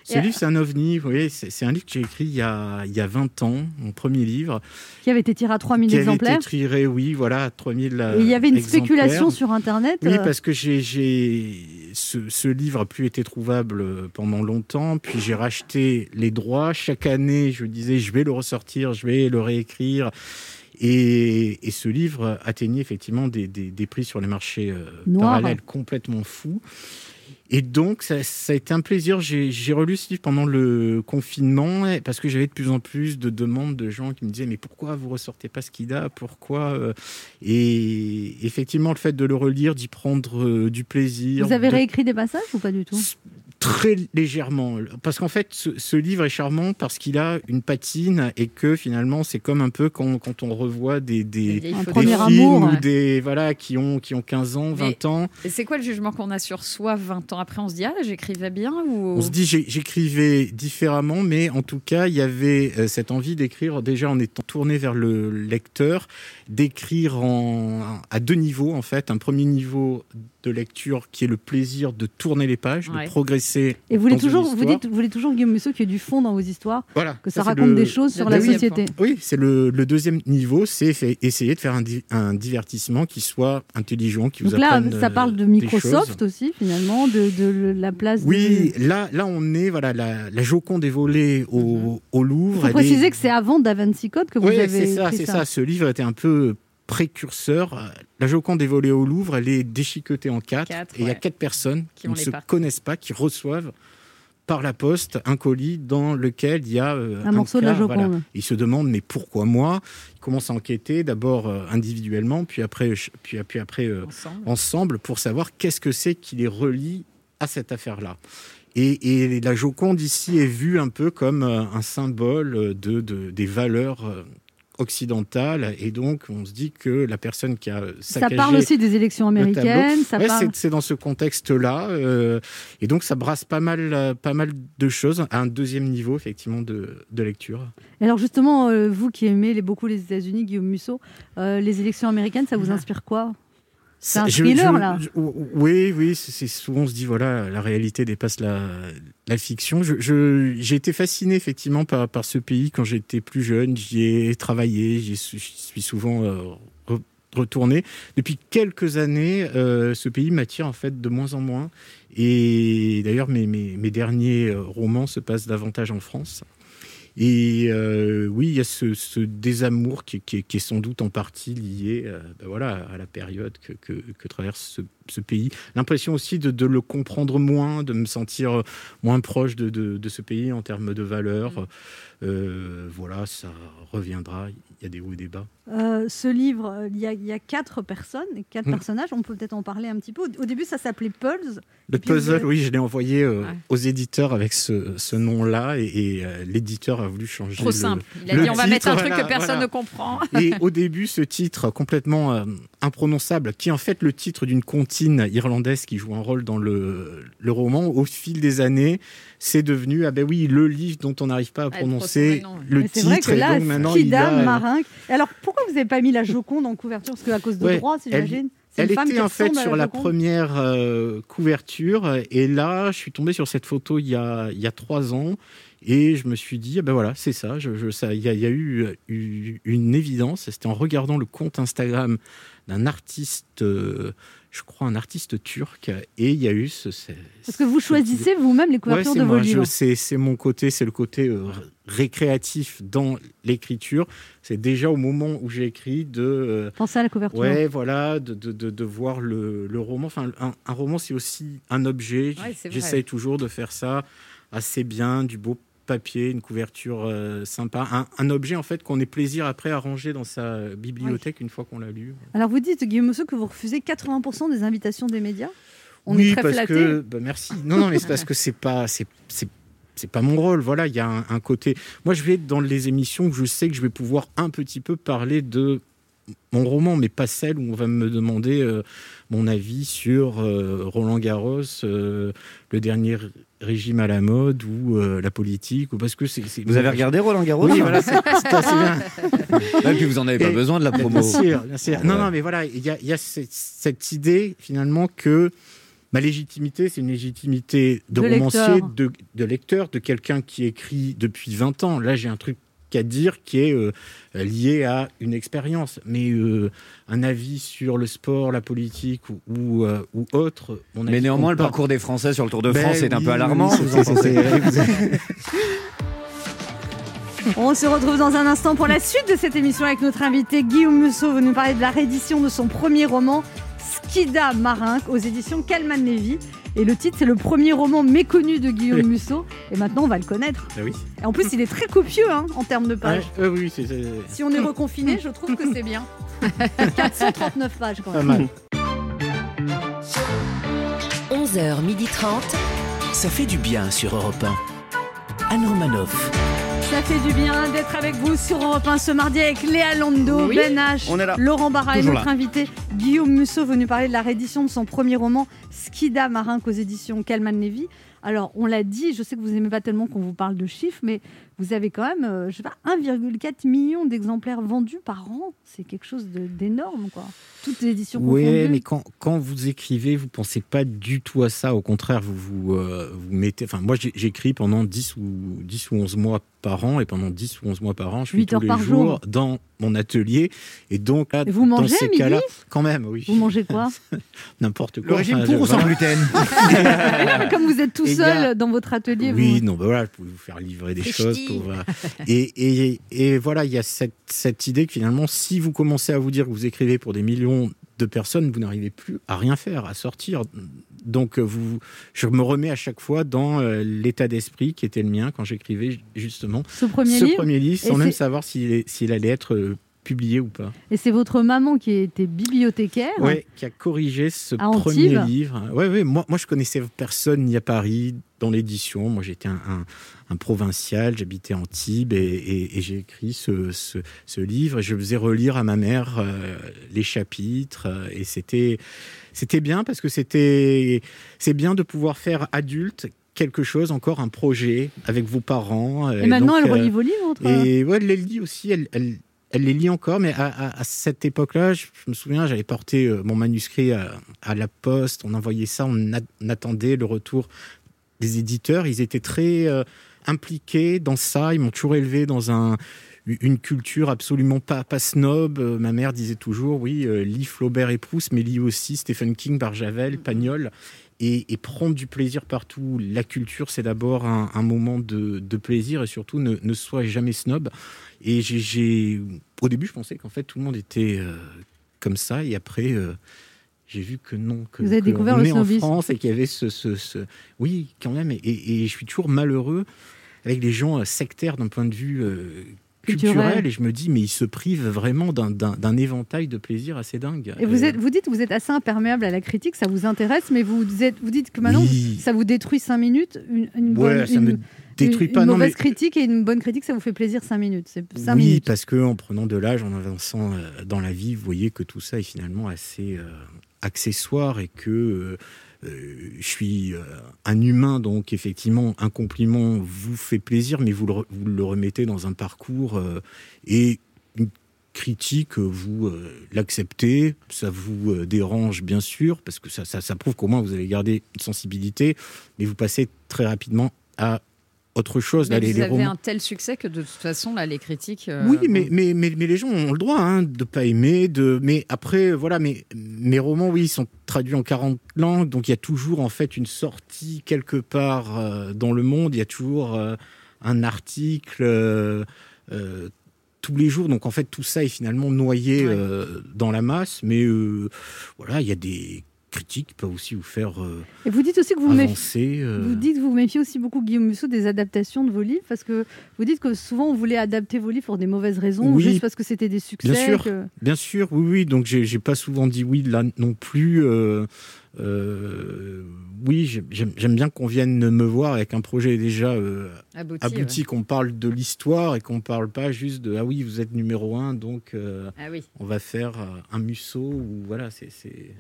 Speaker 11: Ce livre, c'est un ovni, vous voyez, c'est c'est un livre que j'ai écrit il y, a, il y a 20 ans, mon premier livre.
Speaker 3: Qui avait été tiré à 3000
Speaker 11: qui avait
Speaker 3: exemplaires.
Speaker 11: été tiré, oui, voilà, à 3000
Speaker 3: Et il y avait une spéculation
Speaker 11: exemplaires.
Speaker 3: sur Internet.
Speaker 11: Oui,
Speaker 3: euh,
Speaker 11: parce que j'ai, j'ai- ce, ce livre a plus été trouvable euh, pendant longtemps, puis j'ai racheté les droits. Chaque année, je disais, je vais le ressortir, je vais le réécrire. Et, et ce livre atteignait effectivement des, des- des prix sur les marchés euh,
Speaker 3: Noirs.
Speaker 11: parallèles complètement fous. Et donc, ça, ça a été un plaisir. J'ai j'ai relu ce livre pendant le confinement eh, parce que j'avais de plus en plus de demandes de gens qui me disaient Mais pourquoi vous ressortez pas Skida Pourquoi euh, Et effectivement, le fait de le relire, d'y prendre euh, du plaisir.
Speaker 3: Vous avez
Speaker 11: de-
Speaker 3: réécrit des passages ou pas du tout
Speaker 11: Très légèrement. euh, Parce qu'en fait, ce, ce livre est charmant parce qu'il a une patine et que finalement, c'est comme un peu quand, quand on revoit des,
Speaker 6: vieilles
Speaker 11: des, des
Speaker 6: photos.
Speaker 11: films
Speaker 6: Premier amour,
Speaker 11: ou
Speaker 6: ouais.
Speaker 11: des. Voilà, qui ont, qui ont 15 ans, 20
Speaker 6: Mais-
Speaker 11: ans.
Speaker 6: Et C'est quoi le jugement qu'on a sur soi 20 ans après On se dit, ah, j'écrivais bien ou...
Speaker 11: On se dit, j'ai- j'écrivais différemment, mais en tout cas, il y avait euh, cette envie d'écrire, déjà en étant tourné vers le lecteur, d'écrire en, à deux niveaux, en fait. Un premier niveau de lecture qui est le plaisir de tourner les pages,
Speaker 3: Ouais.
Speaker 11: de progresser.
Speaker 3: Et vous voulez
Speaker 11: dans une
Speaker 3: toujours, vous
Speaker 11: histoire.
Speaker 3: dites, vous voulez toujours Guillaume Musso qu'il y ait du fond dans vos histoires,
Speaker 11: Voilà,
Speaker 3: que ça,
Speaker 11: ça, c'est
Speaker 3: raconte
Speaker 11: le-
Speaker 3: des choses
Speaker 11: le
Speaker 3: sur la
Speaker 11: deuxième
Speaker 3: société.
Speaker 11: Oui, c'est le, le deuxième niveau, c'est fait- essayer de faire un, di- un divertissement qui soit intelligent, qui
Speaker 3: Donc
Speaker 11: vous
Speaker 3: là,
Speaker 11: apprenne
Speaker 3: ça
Speaker 11: euh,
Speaker 3: parle de
Speaker 11: des choses.
Speaker 3: Microsoft aussi, finalement, de, de le- la place.
Speaker 11: Oui, là, là, on est, voilà, la, la Joconde est volée au, au
Speaker 3: Il
Speaker 11: Louvre.
Speaker 3: faut
Speaker 11: elle est-
Speaker 3: préciser que c'est avant Da Vinci Code que vous
Speaker 11: oui,
Speaker 3: avez
Speaker 11: c'est ça,
Speaker 3: écrit
Speaker 11: c'est ça. Ce livre était un peu précurseur. La Joconde est volée au Louvre, elle est déchiquetée en quatre.
Speaker 6: Quatre,
Speaker 11: et il y a
Speaker 6: ouais.
Speaker 11: quatre personnes
Speaker 6: Qui
Speaker 11: qui
Speaker 6: ont
Speaker 11: ne
Speaker 6: les
Speaker 11: se
Speaker 6: parts.
Speaker 11: connaissent pas, qui reçoivent par la poste un colis dans lequel il y a euh,
Speaker 3: Un morceau de la
Speaker 11: quart,
Speaker 3: Joconde.
Speaker 11: Ils se demandent mais pourquoi moi Ils commencent à enquêter d'abord euh, individuellement, puis après, euh, ch- puis, puis après euh,
Speaker 6: Ensemble.
Speaker 11: ensemble pour savoir qu'est-ce que c'est qui les relie à cette affaire-là. Et, et la Joconde ici est vue un peu comme euh, un symbole euh, de, de- des valeurs euh, occidentales. Et donc, on se dit que la personne qui a euh,
Speaker 3: Ça
Speaker 11: saccagé
Speaker 3: parle aussi des élections
Speaker 11: le tableau-
Speaker 3: américaines. Ça
Speaker 11: Ouais,
Speaker 3: parle.
Speaker 11: c'est- C'est dans ce contexte-là. euh, et donc, ça brasse pas mal, euh, pas mal de choses à un deuxième niveau, effectivement, de, de lecture.
Speaker 3: Alors justement, euh, vous qui aimez les- beaucoup les États-Unis, Guillaume Musso, euh, les élections américaines, ça vous inspire quoi C'est un
Speaker 11: Je-
Speaker 3: thriller
Speaker 11: je-
Speaker 3: là.
Speaker 11: je- oui, oui, c'est c'est souvent on se dit voilà, la réalité dépasse la, la fiction. Je- je- J'ai été fasciné effectivement par, par ce pays quand j'étais plus jeune. J'y ai travaillé, j'y suis- j'y suis souvent euh, re- retourné. Depuis quelques années, euh, ce pays m'attire en fait de moins en moins. Et d'ailleurs, mes, mes, mes derniers euh, romans se passent davantage en France. Et euh, oui, il y a ce, ce désamour qui, qui- qui est sans doute en partie lié euh, ben voilà, à la période que, que- que traverse ce, ce pays. L'impression aussi de, de le comprendre moins, de me sentir moins proche de, de- de ce pays en termes de
Speaker 6: Mm.
Speaker 11: valeurs. Euh, voilà, ça reviendra. Il y a des hauts et des bas.
Speaker 3: Euh, ce livre, euh, il y, a- il y a quatre personnes, quatre
Speaker 11: Mm.
Speaker 3: personnages. On peut peut-être en parler un petit peu. Au, au début, ça s'appelait Pulse.
Speaker 11: Le
Speaker 3: Et puis, vous
Speaker 11: puzzle,
Speaker 3: avez-
Speaker 11: oui, je l'ai envoyé euh,
Speaker 6: Ouais.
Speaker 11: aux éditeurs avec ce, ce nom-là et, et, euh, l'éditeur a voulu changer.
Speaker 6: Trop
Speaker 11: le-
Speaker 6: simple. Il a
Speaker 11: le
Speaker 6: dit, on va
Speaker 11: titre,
Speaker 6: mettre un truc
Speaker 11: voilà,
Speaker 6: que personne
Speaker 11: voilà.
Speaker 6: ne comprend.
Speaker 11: Et au début, ce titre complètement euh, imprononçable, qui est en fait le titre d'une comptine irlandaise qui joue un rôle dans le, le roman, au fil des années, c'est devenu, ah ben oui, le livre dont on n'arrive pas à
Speaker 6: trop
Speaker 11: prononcer
Speaker 6: son nom, ouais.
Speaker 11: le
Speaker 3: Mais c'est
Speaker 11: titre.
Speaker 3: vrai que
Speaker 11: et
Speaker 3: là,
Speaker 11: donc maintenant, il
Speaker 3: Skida
Speaker 11: a- euh,
Speaker 3: Marinque. Alors pourquoi vous n'avez pas mis la Joconde en couverture Parce qu'à cause de
Speaker 11: Ouais,
Speaker 3: droit, si
Speaker 11: elle-
Speaker 3: j'imagine. C'est
Speaker 11: Elle
Speaker 3: une femme
Speaker 11: était
Speaker 3: qui
Speaker 11: en fait
Speaker 3: ressemble à
Speaker 11: sur la
Speaker 3: Joconde.
Speaker 11: première euh, couverture et là je suis tombé sur cette photo il y a, il y a trois ans Et je me suis dit, ah ben voilà, c'est ça. Je, je- ça- Il y, a- il y a eu, eu une évidence. C'était en regardant le compte Instagram d'un artiste, euh, je crois un artiste turc, et il y a eu ce. ce-
Speaker 3: Parce que vous choisissez vous-même les
Speaker 11: Ouais,
Speaker 3: couvertures
Speaker 11: c'est
Speaker 3: de vos
Speaker 11: moi, je-
Speaker 3: livres.
Speaker 11: c'est c'est mon côté, c'est le côté euh, récréatif dans l'écriture. C'est déjà au moment où j'écris de. euh,
Speaker 3: Pensez à la couverture.
Speaker 11: Ouais, voilà, de, de, de, de voir le, le roman. Enfin, un, un roman, c'est aussi un objet.
Speaker 3: Ouais, c'est vrai.
Speaker 11: J'essaye toujours de faire ça assez bien, du beau papier, une couverture euh, sympa. Un, un objet, en fait, qu'on ait plaisir après à ranger dans sa bibliothèque une fois qu'on l'a lu.
Speaker 3: Alors vous dites, Guillaume Mousseau, que vous refusez 80% des invitations des médias. On
Speaker 11: oui,
Speaker 3: est très
Speaker 11: parce
Speaker 3: flattés.
Speaker 11: que bah, merci. Non, non, mais c'est parce que c'est pas, c'est, c'est, c'est pas mon rôle. Voilà, il y a un, un côté. Moi, je vais être dans les émissions où je sais que je vais pouvoir un petit peu parler de mon roman, mais pas celle où on va me demander euh, mon avis sur euh, Roland Garros, euh, le dernier régime à la mode ou euh, la politique, ou parce que c'est. c'est-
Speaker 4: Vous avez regardé Roland Garros
Speaker 11: Oui, voilà, c'est, c'est assez bien.
Speaker 10: Ah, Et puis vous en avez pas
Speaker 11: Et-
Speaker 10: besoin de la promo.
Speaker 11: Bien sûr, bien sûr. Non,
Speaker 10: Ouais.
Speaker 11: non, mais voilà, il y a, il y a cette, cette idée finalement que ma légitimité, c'est une légitimité de,
Speaker 5: De
Speaker 11: romancier,
Speaker 5: lecteur.
Speaker 11: de, de lecteur, de quelqu'un qui écrit depuis 20 ans. Là, j'ai un truc qu'à dire qui est euh, lié à une expérience. Mais euh, un avis sur le sport, la politique ou, ou, euh, ou autre. mon
Speaker 10: Mais
Speaker 11: avis
Speaker 10: néanmoins,
Speaker 11: compte pas.
Speaker 10: le parcours des Français sur le Tour de
Speaker 11: Ben
Speaker 10: France est un
Speaker 11: oui,
Speaker 10: peu alarmant.
Speaker 11: oui,
Speaker 10: vous en
Speaker 11: c'est-
Speaker 10: pensez
Speaker 11: c'est-
Speaker 3: On se retrouve dans un instant pour la suite de cette émission avec notre invité Guillaume Musso. Vous nous parler de la réédition de son premier roman, Skida Marinque, aux éditions Calman Levy. Et le titre, c'est le premier roman méconnu de Guillaume Musso. Et maintenant, on va le connaître.
Speaker 11: Ben oui.
Speaker 3: Et en plus, il est très copieux hein, en termes de pages.
Speaker 11: Ouais, euh, oui, c'est- c'est-
Speaker 3: Si on est reconfiné, je trouve que c'est bien. 439 pages quand
Speaker 11: Pas
Speaker 3: même.
Speaker 11: mal.
Speaker 2: 11h30. Ça fait du bien sur Europe 1. Anne Romanoff.
Speaker 3: Ça fait du bien d'être avec vous sur Europe 1 ce mardi avec Léa Lando,
Speaker 2: Oui.
Speaker 3: Ben H,
Speaker 2: On est là.
Speaker 3: Laurent Barra et
Speaker 2: Toujours
Speaker 3: notre
Speaker 2: là.
Speaker 3: invité Guillaume Musso venu parler de la réédition de son premier roman Skida Marin aux éditions Calman Levy. Alors, on l'a dit, je sais que vous n'aimez pas tellement qu'on vous parle de chiffres, mais vous avez quand même, euh, je sais pas, 1,4 million d'exemplaires vendus par an. C'est quelque chose de- d'énorme, quoi. Toutes les éditions
Speaker 11: Oui,
Speaker 3: confondues.
Speaker 11: mais quand, quand vous écrivez, vous pensez pas du tout à ça. Au contraire, vous vous, euh, vous mettez. Enfin, moi, j'ai- j'écris pendant 10 ou, 10 ou 11 mois par an, et pendant 10 ou 11 mois par an, je suis
Speaker 3: Huit
Speaker 11: tous
Speaker 3: heures
Speaker 11: les
Speaker 3: par
Speaker 11: jours
Speaker 3: jour.
Speaker 11: dans mon atelier. Et donc, là,
Speaker 3: Et vous
Speaker 11: dans
Speaker 3: mangez à
Speaker 11: ces
Speaker 3: midi
Speaker 11: cas-là, quand même, oui,
Speaker 3: Vous mangez quoi
Speaker 11: n'importe quoi.
Speaker 5: Le régime
Speaker 11: Enfin,
Speaker 5: pour
Speaker 11: je-
Speaker 5: ou sans
Speaker 11: voilà.
Speaker 5: gluten
Speaker 3: Mais non, mais Comme vous êtes tout
Speaker 2: Eh
Speaker 11: Et il y
Speaker 3: seul
Speaker 11: a-
Speaker 3: dans votre atelier,
Speaker 11: Oui,
Speaker 3: vous...
Speaker 11: non, bah voilà, vous pouvez vous faire livrer des
Speaker 3: Frichti.
Speaker 11: choses. Pour, voilà. et, et, et voilà, il y a cette, cette idée que finalement, si vous commencez à vous dire que vous écrivez pour des millions de personnes, vous n'arrivez plus à rien faire, à sortir. Donc, euh, vous, je me remets à chaque fois dans euh, l'état d'esprit qui était le mien quand j'écrivais ju- justement
Speaker 3: Ce premier livre. Et
Speaker 11: sans
Speaker 3: c'est-
Speaker 11: même savoir s'il est- s'il allait être euh, publié ou pas.
Speaker 3: Et c'est votre maman qui était bibliothécaire.
Speaker 11: Ouais, qui a corrigé ce
Speaker 3: À Antibes.
Speaker 11: premier livre. Ouais, ouais, moi, moi, je connaissais personne ni à Paris dans l'édition. Moi, j'étais un, un- un provincial, j'habitais Antibes et, et- et j'ai écrit ce, ce- ce livre. Et je faisais relire à ma mère euh, les chapitres euh, et c'était c'était bien parce que c'était c'est bien de pouvoir faire adulte quelque chose, encore un projet avec vos parents. euh,
Speaker 3: Et maintenant,
Speaker 11: donc,
Speaker 3: elle relit
Speaker 11: euh,
Speaker 3: vos livres entre-
Speaker 11: et ouais, elle les lit aussi, elle, elle, elle les lit encore, mais à, à- à cette époque-là, je, je me souviens, j'avais porté euh, mon manuscrit à, à la poste, on envoyait ça, on, a- on attendait le retour des éditeurs. Ils étaient très euh, impliqués dans ça, ils m'ont toujours élevé dans un une culture absolument pas, pas snob. Euh, ma mère disait toujours, oui, euh, lis Flaubert et Proust, mais lis aussi Stephen King, Barjavel, Pagnol. Et, et prendre du plaisir partout. La culture, c'est d'abord un, un moment de, de plaisir et surtout ne, ne sois jamais snob. Et j'ai- j'ai, au début, je pensais qu'en fait tout le monde était euh, comme ça. Et après, euh, j'ai vu que non, que
Speaker 3: Vous avez
Speaker 11: que
Speaker 3: découvert
Speaker 11: on
Speaker 3: le
Speaker 11: est en
Speaker 3: snobisme.
Speaker 11: France et qu'il y avait ce, ce- ce- oui, quand même. Et, et- et je suis toujours malheureux avec les gens euh, sectaires d'un point de vue euh,
Speaker 3: Culturel.
Speaker 11: culturel. Et je me dis, mais ils se privent vraiment d'un- d'un d'un éventail de plaisirs assez dingue.
Speaker 3: Et vous,
Speaker 11: Euh,
Speaker 3: êtes, vous dites que vous êtes assez imperméable à la critique, ça vous intéresse, mais vous, êtes, vous dites que maintenant,
Speaker 11: Oui.
Speaker 3: ça vous détruit 5 minutes. Une, une
Speaker 11: Ouais,
Speaker 3: bonne,
Speaker 11: ça
Speaker 3: une,
Speaker 11: me détruit
Speaker 3: une-
Speaker 11: pas,
Speaker 3: une
Speaker 11: non,
Speaker 3: mauvaise
Speaker 11: mais-
Speaker 3: critique et une bonne critique, ça vous fait plaisir 5 minutes. C'est 5
Speaker 11: oui,
Speaker 3: minutes.
Speaker 11: parce que en prenant de l'âge, en avançant euh, dans la vie, vous voyez que tout ça est finalement assez euh, accessoire et que euh, euh, je suis euh, un humain, donc effectivement, un compliment vous fait plaisir, mais vous le, re- vous le remettez dans un parcours euh, et une critique, euh, vous euh, l'acceptez, ça vous euh, dérange bien sûr, parce que ça, ça, ça prouve qu'au moins vous avez gardé une sensibilité, mais vous passez très rapidement à autre chose.
Speaker 6: Mais
Speaker 11: là, les,
Speaker 6: vous
Speaker 11: les
Speaker 6: avez
Speaker 11: romans-
Speaker 6: un tel succès que de toute façon, là, les critiques. euh,
Speaker 11: oui, mais, mais, mais, mais les gens ont le droit hein, de pas aimer, de mais après voilà, mais mes romans oui, ils sont traduits en 40 langues, donc il y a toujours en fait une sortie quelque part euh, dans le monde, il y a toujours euh, un article euh, euh, tous les jours, donc en fait tout ça est finalement noyé euh, dans la masse, mais euh, voilà, il y a des critiques qui peuvent aussi vous faire euh,
Speaker 3: Et vous dites aussi que vous vous méfiez.
Speaker 11: avancer. euh.
Speaker 3: Vous dites que vous vous méfiez aussi beaucoup, Guillaume Musso, des adaptations de vos livres, parce que vous dites que souvent on voulait adapter vos livres pour des mauvaises raisons, ou
Speaker 11: Oui.
Speaker 3: juste parce que c'était des succès.
Speaker 11: Bien sûr, Euh.
Speaker 3: que-
Speaker 11: bien sûr, oui, oui. Donc j'ai j'ai pas souvent dit oui là non plus. euh, euh, oui, j'ai- j'aime j'aime bien qu'on vienne me voir avec un projet déjà euh,
Speaker 6: Abouti,
Speaker 11: abouti, qu'on parle de l'histoire et qu'on parle pas juste de ah oui vous êtes numéro un donc euh,
Speaker 6: Ah oui.
Speaker 11: on va faire euh, un musso ou voilà c'est c'est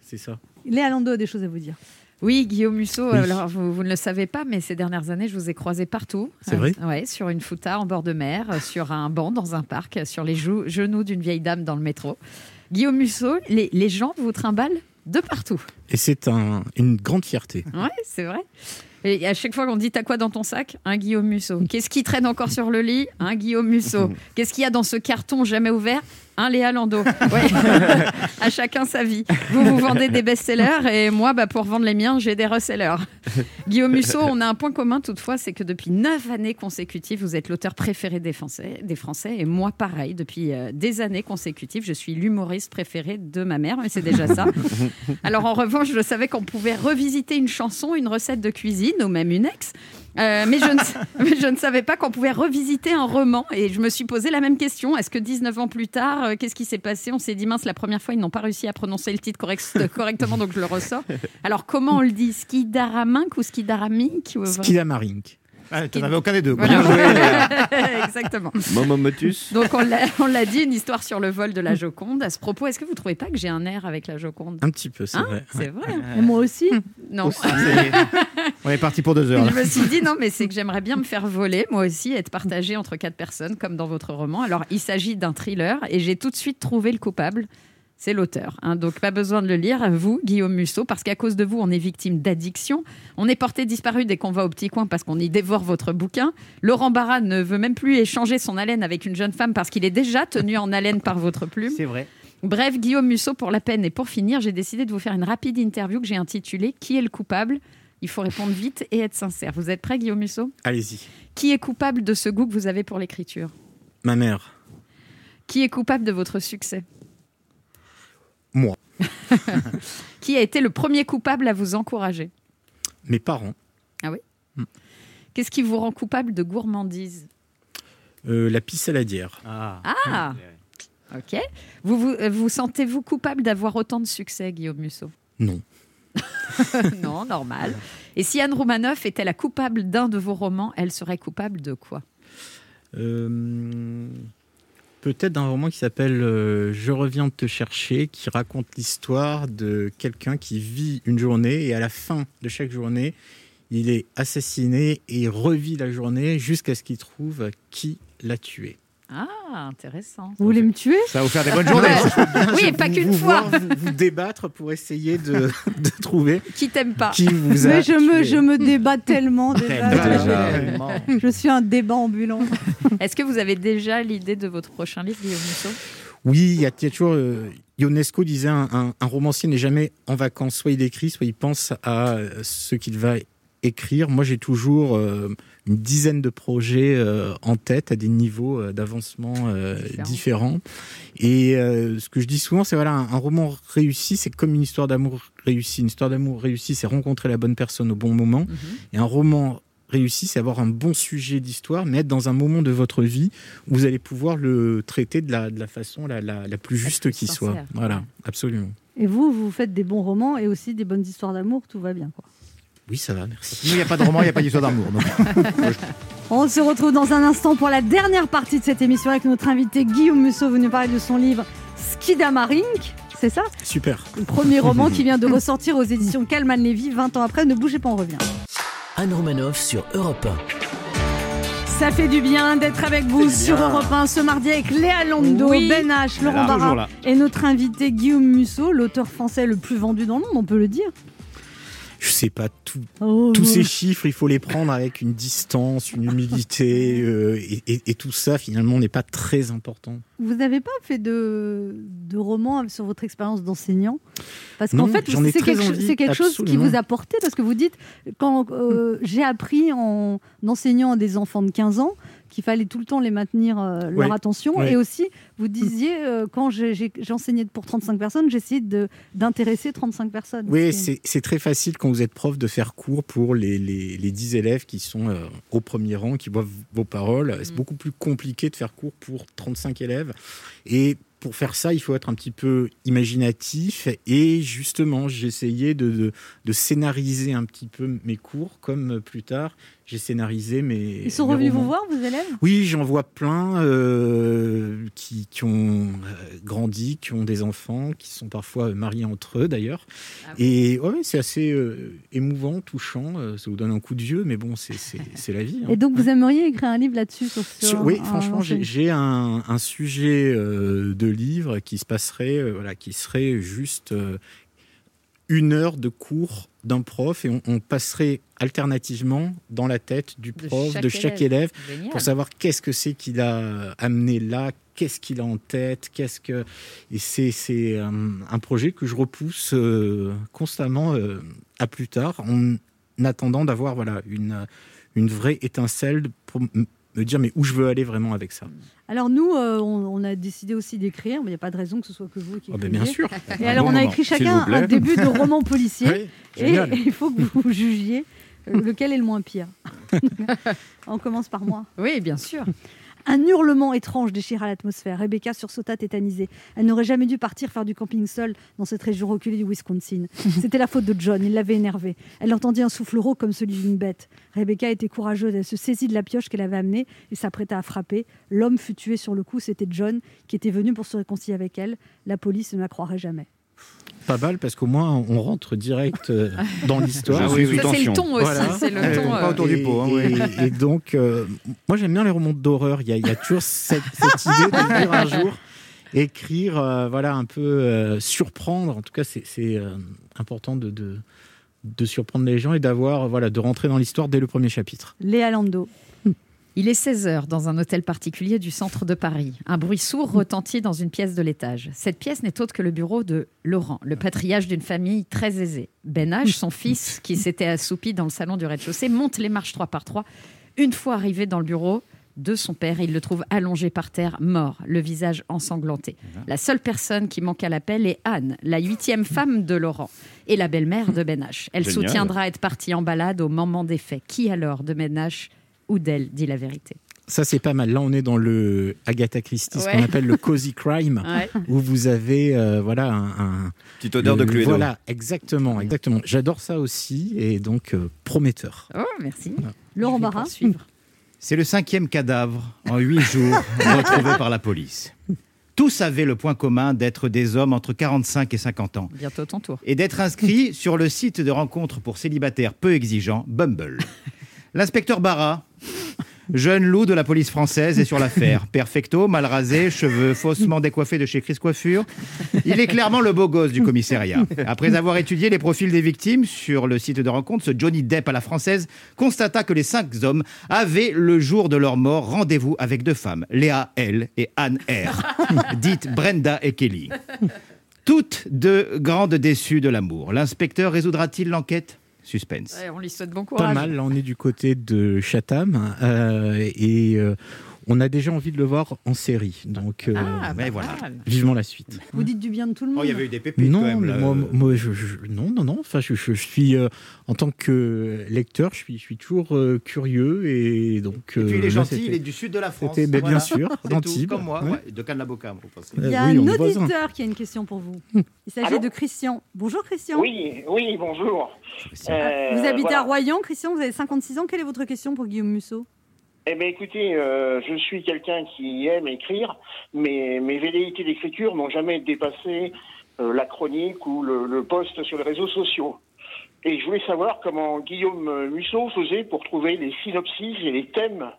Speaker 11: c'est ça.
Speaker 3: Léa Lando a des choses à vous dire.
Speaker 6: Oui, Guillaume Musso,
Speaker 11: Oui.
Speaker 6: alors vous, vous ne le savez pas, mais ces dernières années, je vous ai croisé partout.
Speaker 11: C'est vrai
Speaker 6: Euh, ouais, sur une fouta en bord de mer, euh, sur un banc dans un parc, euh, sur les jou- genoux d'une vieille dame dans le métro. Guillaume Musso, les, les gens vous trimballent de partout.
Speaker 11: Et c'est un- une grande fierté.
Speaker 6: Ouais, c'est vrai. Et à chaque fois qu'on dit t'as quoi dans ton sac Un Guillaume Musso. Qu'est-ce qui traîne encore sur le lit Un Guillaume Musso. Qu'est-ce qu'il y a dans ce carton jamais ouvert Un Léa Lando. Ouais. à chacun sa vie. Vous vous vendez des best-sellers et moi, bah, pour vendre les miens, j'ai des resellers. Guillaume Musso, on a un point commun toutefois, c'est que depuis neuf années consécutives, vous êtes l'auteur préféré des Français, des Français et moi pareil. Depuis euh, des années consécutives, je suis l'humoriste préféré de ma mère, mais c'est déjà ça. Alors en revanche, je savais qu'on pouvait revisiter une chanson, une recette de cuisine ou même une ex. Euh, mais, je ne, mais je ne savais pas qu'on pouvait revisiter un roman et je me suis posé la même question. Est-ce que 19 ans plus tard, euh, qu'est-ce qui s'est passé On s'est dit mince, la première fois, ils n'ont pas réussi à prononcer le titre correct- correctement, donc je le ressors. Alors comment on le dit Skidaramink ou Skidaramink ou-
Speaker 11: Skidamarink.
Speaker 5: Ah, t'en avais aucun des deux. quoi.
Speaker 6: Voilà.
Speaker 5: Bien joué.
Speaker 6: Exactement.
Speaker 4: Momomotus.
Speaker 6: Donc on l'a- on l'a dit, une histoire sur le vol de la Joconde. À ce propos, est-ce que vous trouvez pas que j'ai un air avec la Joconde
Speaker 11: Un petit peu, c'est
Speaker 6: Hein
Speaker 11: vrai.
Speaker 6: C'est vrai. hein.
Speaker 3: Et moi aussi
Speaker 6: Non.
Speaker 5: Euh, On est parti pour deux heures. là.
Speaker 6: Je me suis dit, non, mais c'est que j'aimerais bien me faire voler, moi aussi, être partagée entre quatre personnes, comme dans votre roman. Alors, il s'agit d'un thriller, et j'ai tout de suite trouvé le coupable. C'est l'auteur. hein. donc, pas besoin de le lire, vous, Guillaume Musso, parce qu'à cause de vous, on est victime d'addiction. On est porté disparu dès qu'on va au petit coin parce qu'on y dévore votre bouquin. Laurent Barra ne veut même plus échanger son haleine avec une jeune femme parce qu'il est déjà tenu en haleine par votre plume.
Speaker 5: C'est vrai.
Speaker 6: Bref, Guillaume Musso, pour la peine et pour finir, j'ai décidé de vous faire une rapide interview que j'ai intitulée Qui est le coupable Il faut répondre vite et être sincère. Vous êtes prêt, Guillaume Musso
Speaker 11: Allez-y.
Speaker 6: Qui est coupable de ce goût que vous avez pour l'écriture
Speaker 11: Ma mère,
Speaker 6: Qui est coupable de votre succès
Speaker 11: moi,
Speaker 6: Qui a été le premier coupable à vous encourager
Speaker 11: mes parents,
Speaker 6: Ah oui
Speaker 5: Hmm.
Speaker 6: Qu'est-ce qui vous rend coupable de gourmandise
Speaker 11: euh, la pisse à la dière.
Speaker 6: Ah Ok. Vous vous, euh, vous sentez-vous coupable d'avoir autant de succès, Guillaume Musso
Speaker 11: Hmm. Non.
Speaker 6: non, normal. Et si Anne Roumanoff était la coupable d'un de vos romans, elle serait coupable de quoi
Speaker 11: Euh, peut-être d'un roman qui s'appelle euh, Je reviens te chercher, qui raconte l'histoire de quelqu'un qui vit une journée et à la fin de chaque journée, il est assassiné et il revit la journée jusqu'à ce qu'il trouve qui l'a tué.
Speaker 6: Ah, intéressant.
Speaker 3: Vous voulez me tuer
Speaker 5: Ça va vous faire des bonnes
Speaker 6: Ouais.
Speaker 5: journées.
Speaker 6: Oui, et pas
Speaker 11: Vous-
Speaker 6: qu'une
Speaker 11: vous
Speaker 6: fois.
Speaker 11: voir, vous, vous débattre pour essayer de, de trouver
Speaker 6: Qui t'aime pas
Speaker 11: qui vous a
Speaker 3: Mais je me,
Speaker 11: tué.
Speaker 3: je me débat tellement déjà.
Speaker 5: Voilà.
Speaker 3: Je suis un débat ambulant.
Speaker 6: Est-ce que vous avez déjà l'idée de votre prochain livre, Guillaume Musso
Speaker 11: Oui, il y a, il y a toujours. euh, Ionesco disait un, un- un romancier n'est jamais en vacances. Soit il écrit, soit il pense à euh, ce qu'il va écrire. Moi, j'ai toujours euh, une dizaine de projets euh, en tête à des niveaux euh, d'avancement euh,
Speaker 6: Différents.
Speaker 11: différents. Et euh, ce que je dis souvent, c'est voilà, un, un roman réussi, c'est comme une histoire d'amour réussie. Une histoire d'amour réussie, c'est rencontrer la bonne personne au bon moment. Et un roman réussi, c'est avoir un bon sujet d'histoire, mais être dans un moment de votre vie où vous allez pouvoir le traiter de la, de la façon la, la- la plus juste
Speaker 6: plus
Speaker 11: qui soit.
Speaker 6: sincère, ouais.
Speaker 11: Voilà, absolument.
Speaker 3: Et vous, vous faites des bons romans et aussi des bonnes histoires d'amour, tout va bien. Quoi.
Speaker 11: Oui, ça va, merci.
Speaker 5: Nous, il n'y a pas de roman, il n'y a pas d'histoire d'amour. donc.
Speaker 3: On se retrouve dans un instant pour la dernière partie de cette émission avec notre invité Guillaume Musso, venu parler de son livre Skidamarink. C'est ça
Speaker 11: Super.
Speaker 3: Le premier roman qui vient de ressortir aux éditions Calman Levy 20 ans après. Ne bougez pas, on revient.
Speaker 2: Anne Romanoff sur Europe
Speaker 3: Ça fait du bien d'être avec vous sur Europe 1 ce mardi avec Léa Londo,
Speaker 6: Oui.
Speaker 3: Ben H, Laurent
Speaker 5: Là, toujours
Speaker 3: Barra
Speaker 5: là.
Speaker 3: et notre invité Guillaume Musso, l'auteur français le plus vendu dans le monde, on peut le dire.
Speaker 11: je sais pas, tout-
Speaker 12: Oh.
Speaker 11: tous ces chiffres, il faut les prendre avec une distance, une humilité, euh, et, et- et tout ça finalement n'est pas très important.
Speaker 3: Vous n'avez pas fait de, de roman sur votre expérience d'enseignant Parce qu'en
Speaker 11: Non,
Speaker 3: fait,
Speaker 11: j'en ai
Speaker 3: c'est
Speaker 11: très
Speaker 3: quelque,
Speaker 11: envie,
Speaker 3: c'est quelque chose qui
Speaker 11: absolument. Mm.
Speaker 3: vous a porté, parce que vous dites, quand euh, j'ai appris en enseignant à des enfants de 15 ans, qu'il fallait tout le temps les maintenir euh, leur
Speaker 13: Ouais.
Speaker 3: attention,
Speaker 13: Ouais.
Speaker 3: et aussi,
Speaker 11: Mm.
Speaker 3: vous disiez, euh, quand j'ai- j'ai- j'enseignais pour 35 personnes, j'essayais de- d'intéresser 35 personnes. C'est-
Speaker 11: Oui, c'est c'est très facile quand vous êtes prof de faire cours pour les, les, les 10 élèves qui sont euh, au premier rang, qui boivent vos paroles.
Speaker 3: Mm.
Speaker 11: C'est beaucoup plus compliqué de faire cours pour 35 élèves. Et pour faire ça, il faut être un petit peu imaginatif. Et justement, j'essayais de, de, de scénariser un petit peu mes cours, comme euh, plus tard, j'ai scénarisé mes.
Speaker 3: Ils sont
Speaker 11: mes
Speaker 3: revenus vous
Speaker 11: romans.
Speaker 3: voir, vos élèves
Speaker 11: Oui, j'en vois plein euh, qui, qui ont euh, grandi, qui ont des enfants, qui sont parfois euh, mariés entre eux d'ailleurs. Et ouais, c'est assez euh, émouvant, touchant. euh, ça vous donne un coup de vieux, mais bon, c'est- c'est c'est la vie. hein.
Speaker 3: Et donc, vous aimeriez écrire un livre là-dessus sur- sur
Speaker 11: Sur- oui,
Speaker 3: un-
Speaker 11: franchement,
Speaker 3: un-
Speaker 11: j'ai- j'ai un, un sujet euh, de livre qui se passerait, euh, voilà, qui serait juste euh, une heure de cours d'un prof et on, on passerait alternativement dans la tête du
Speaker 14: De
Speaker 11: prof, de
Speaker 14: chaque
Speaker 11: chaque,
Speaker 14: élève.
Speaker 11: élève,
Speaker 14: Génial.
Speaker 11: pour savoir qu'est-ce que c'est qu'il a amené là, qu'est-ce qu'il a en tête, qu'est-ce que. Et c'est c'est, euh, un projet que je repousse euh, constamment euh, à plus tard, en attendant d'avoir voilà une une vraie étincelle pour m- me dire mais où je veux aller vraiment avec ça.
Speaker 3: Alors nous, euh, on, on a décidé aussi d'écrire, mais il n'y a pas de raison que ce soit que vous qui
Speaker 11: Oh, ben,
Speaker 3: écriviez.
Speaker 11: bien sûr.
Speaker 3: Et
Speaker 11: Un
Speaker 3: alors
Speaker 11: bon
Speaker 3: on a
Speaker 11: moment,
Speaker 3: écrit
Speaker 11: s'il
Speaker 3: chacun
Speaker 11: vous plaît.
Speaker 3: un début de roman policier.
Speaker 11: Oui,
Speaker 3: et,
Speaker 11: génial.
Speaker 3: et il faut que vous jugiez lequel est le moins pire. on commence par moi.
Speaker 6: Oui, bien sûr.
Speaker 3: Un hurlement étrange déchira l'atmosphère. Rebecca sursauta tétanisée. Elle n'aurait jamais dû partir faire du camping seule dans cette région reculée du Wisconsin. C'était la faute de John, il l'avait énervé. Elle entendit un souffle rauque comme celui d'une bête. Rebecca était courageuse, elle se saisit de la pioche qu'elle avait amenée et s'apprêta à frapper. L'homme fut tué sur le coup, c'était John qui était venu pour se réconcilier avec elle. La police ne la croirait jamais.
Speaker 11: Pas mal parce qu'au moins on rentre direct euh, dans l'histoire.
Speaker 10: Je suis sous Ça, c'est le tension. ton aussi,
Speaker 3: c'est le ton,
Speaker 10: euh, Pas autour du
Speaker 11: Et-
Speaker 10: pot, hein,
Speaker 11: et,
Speaker 10: ouais.
Speaker 11: et donc, euh, moi j'aime bien les romans d'horreur. Il y, a- il y a toujours cette, cette idée de dire un jour écrire, euh, voilà, un peu euh, surprendre. En tout cas, c'est c'est, euh, important de, de de surprendre les gens et d'avoir, voilà, de rentrer dans l'histoire dès le premier chapitre.
Speaker 3: Léa Lando.
Speaker 6: Il est 16h dans un hôtel particulier du centre de Paris. Un bruit sourd retentit dans une pièce de l'étage. Cette pièce n'est autre que le bureau de Laurent, le patriarche d'une famille très aisée. Ben H, son fils, qui s'était assoupi dans le salon du rez-de-chaussée, monte les marches trois par trois. Une fois arrivé dans le bureau de son père, il le trouve allongé par terre, mort, le visage ensanglanté. La seule personne qui manque à l'appel est Anne, la huitième femme de Laurent et la belle-mère de Ben H. Elle
Speaker 13: Génial.
Speaker 6: soutiendra être partie en balade au moment des faits. Qui alors de Ben H ou d'elle dit la vérité.
Speaker 11: Ça, c'est pas mal. Là, on est dans le Agatha Christie, ce qu'on
Speaker 6: Ouais.
Speaker 11: appelle le cozy crime,
Speaker 6: Ouais.
Speaker 11: où vous avez euh, voilà un, un-
Speaker 4: Petite odeur de Cluedo.
Speaker 11: Voilà, exactement, exactement. J'adore ça aussi, et donc euh, prometteur.
Speaker 6: Oh, merci.
Speaker 3: Laurent Barra.
Speaker 5: C'est le cinquième cadavre en huit jours retrouvé par la police. Tous avaient le point commun d'être des hommes entre 45 et 50 ans
Speaker 6: Bientôt ton tour.
Speaker 5: et d'être inscrits sur le site de rencontre pour célibataires peu exigeants, Bumble. L'inspecteur Barra, jeune loup de la police française, est sur l'affaire. Perfecto, mal rasé, cheveux faussement décoiffés de chez Chris Coiffure. Il est clairement le beau gosse du commissariat. Après avoir étudié les profils des victimes sur le site de rencontre, ce Johnny Depp à la française constata que les cinq hommes avaient, le jour de leur mort, rendez-vous avec deux femmes, Léa L et Anne R, dites Brenda et Kelly. Toutes deux grandes déçues de l'amour. L'inspecteur résoudra-t-il l'enquête Suspense.
Speaker 6: on lui souhaite bon
Speaker 11: Pas
Speaker 6: courage.
Speaker 11: mal. Là, on est du côté de Chatham, euh, et euh, on a déjà envie de le voir en série. Donc, euh,
Speaker 3: Ah, pas
Speaker 11: ouais, voilà.
Speaker 3: mal.
Speaker 11: Vivement la suite.
Speaker 3: Vous dites du bien de tout le monde.
Speaker 11: non, mais moi,
Speaker 5: euh.
Speaker 11: moi, je, je- non, non, non. Enfin, je, je- je suis euh, en tant que lecteur, je suis, je suis toujours euh, curieux et donc.
Speaker 5: Et puis, il est
Speaker 11: euh, là,
Speaker 5: gentil,
Speaker 11: c'était-
Speaker 5: il est du sud de la France.
Speaker 11: c'était, ben,
Speaker 5: Voilà.
Speaker 11: bien sûr,
Speaker 5: C'est tout,
Speaker 11: d'Antibes.
Speaker 5: Comme moi,
Speaker 11: Ouais.
Speaker 5: ouais, de Cannes-la-Boca, vous pensez.
Speaker 3: Il y a
Speaker 11: Euh, oui, on
Speaker 3: un
Speaker 11: est voisins.
Speaker 3: auditeur qui a une question pour vous. Il s'agit
Speaker 13: Allô
Speaker 3: de Christian. Bonjour Christian.
Speaker 13: Oui, oui, bonjour. Euh,
Speaker 3: vous habitez
Speaker 13: voilà.
Speaker 3: à Royan, Christian, vous avez 56 ans. Quelle est votre question pour Guillaume Musso
Speaker 13: Eh bien, écoutez, euh, je suis quelqu'un qui aime écrire, mais mes velléités d'écriture n'ont jamais dépassé euh, la chronique ou le, le post sur les réseaux sociaux. Et je voulais savoir comment Guillaume Musso faisait pour trouver les synopsis et les thèmes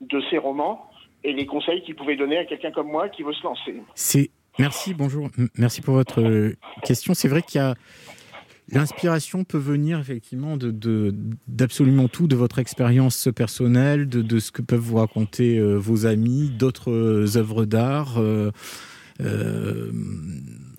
Speaker 13: de ses romans et les conseils qu'il pouvait donner à quelqu'un comme moi qui veut se lancer.
Speaker 11: C'est merci, bonjour, M- merci pour votre euh, question. C'est vrai qu'il y a L'inspiration peut venir effectivement de- de d'absolument tout, de votre expérience personnelle, de, de ce que peuvent vous raconter euh, vos amis, d'autres euh, œuvres d'art. euh, euh,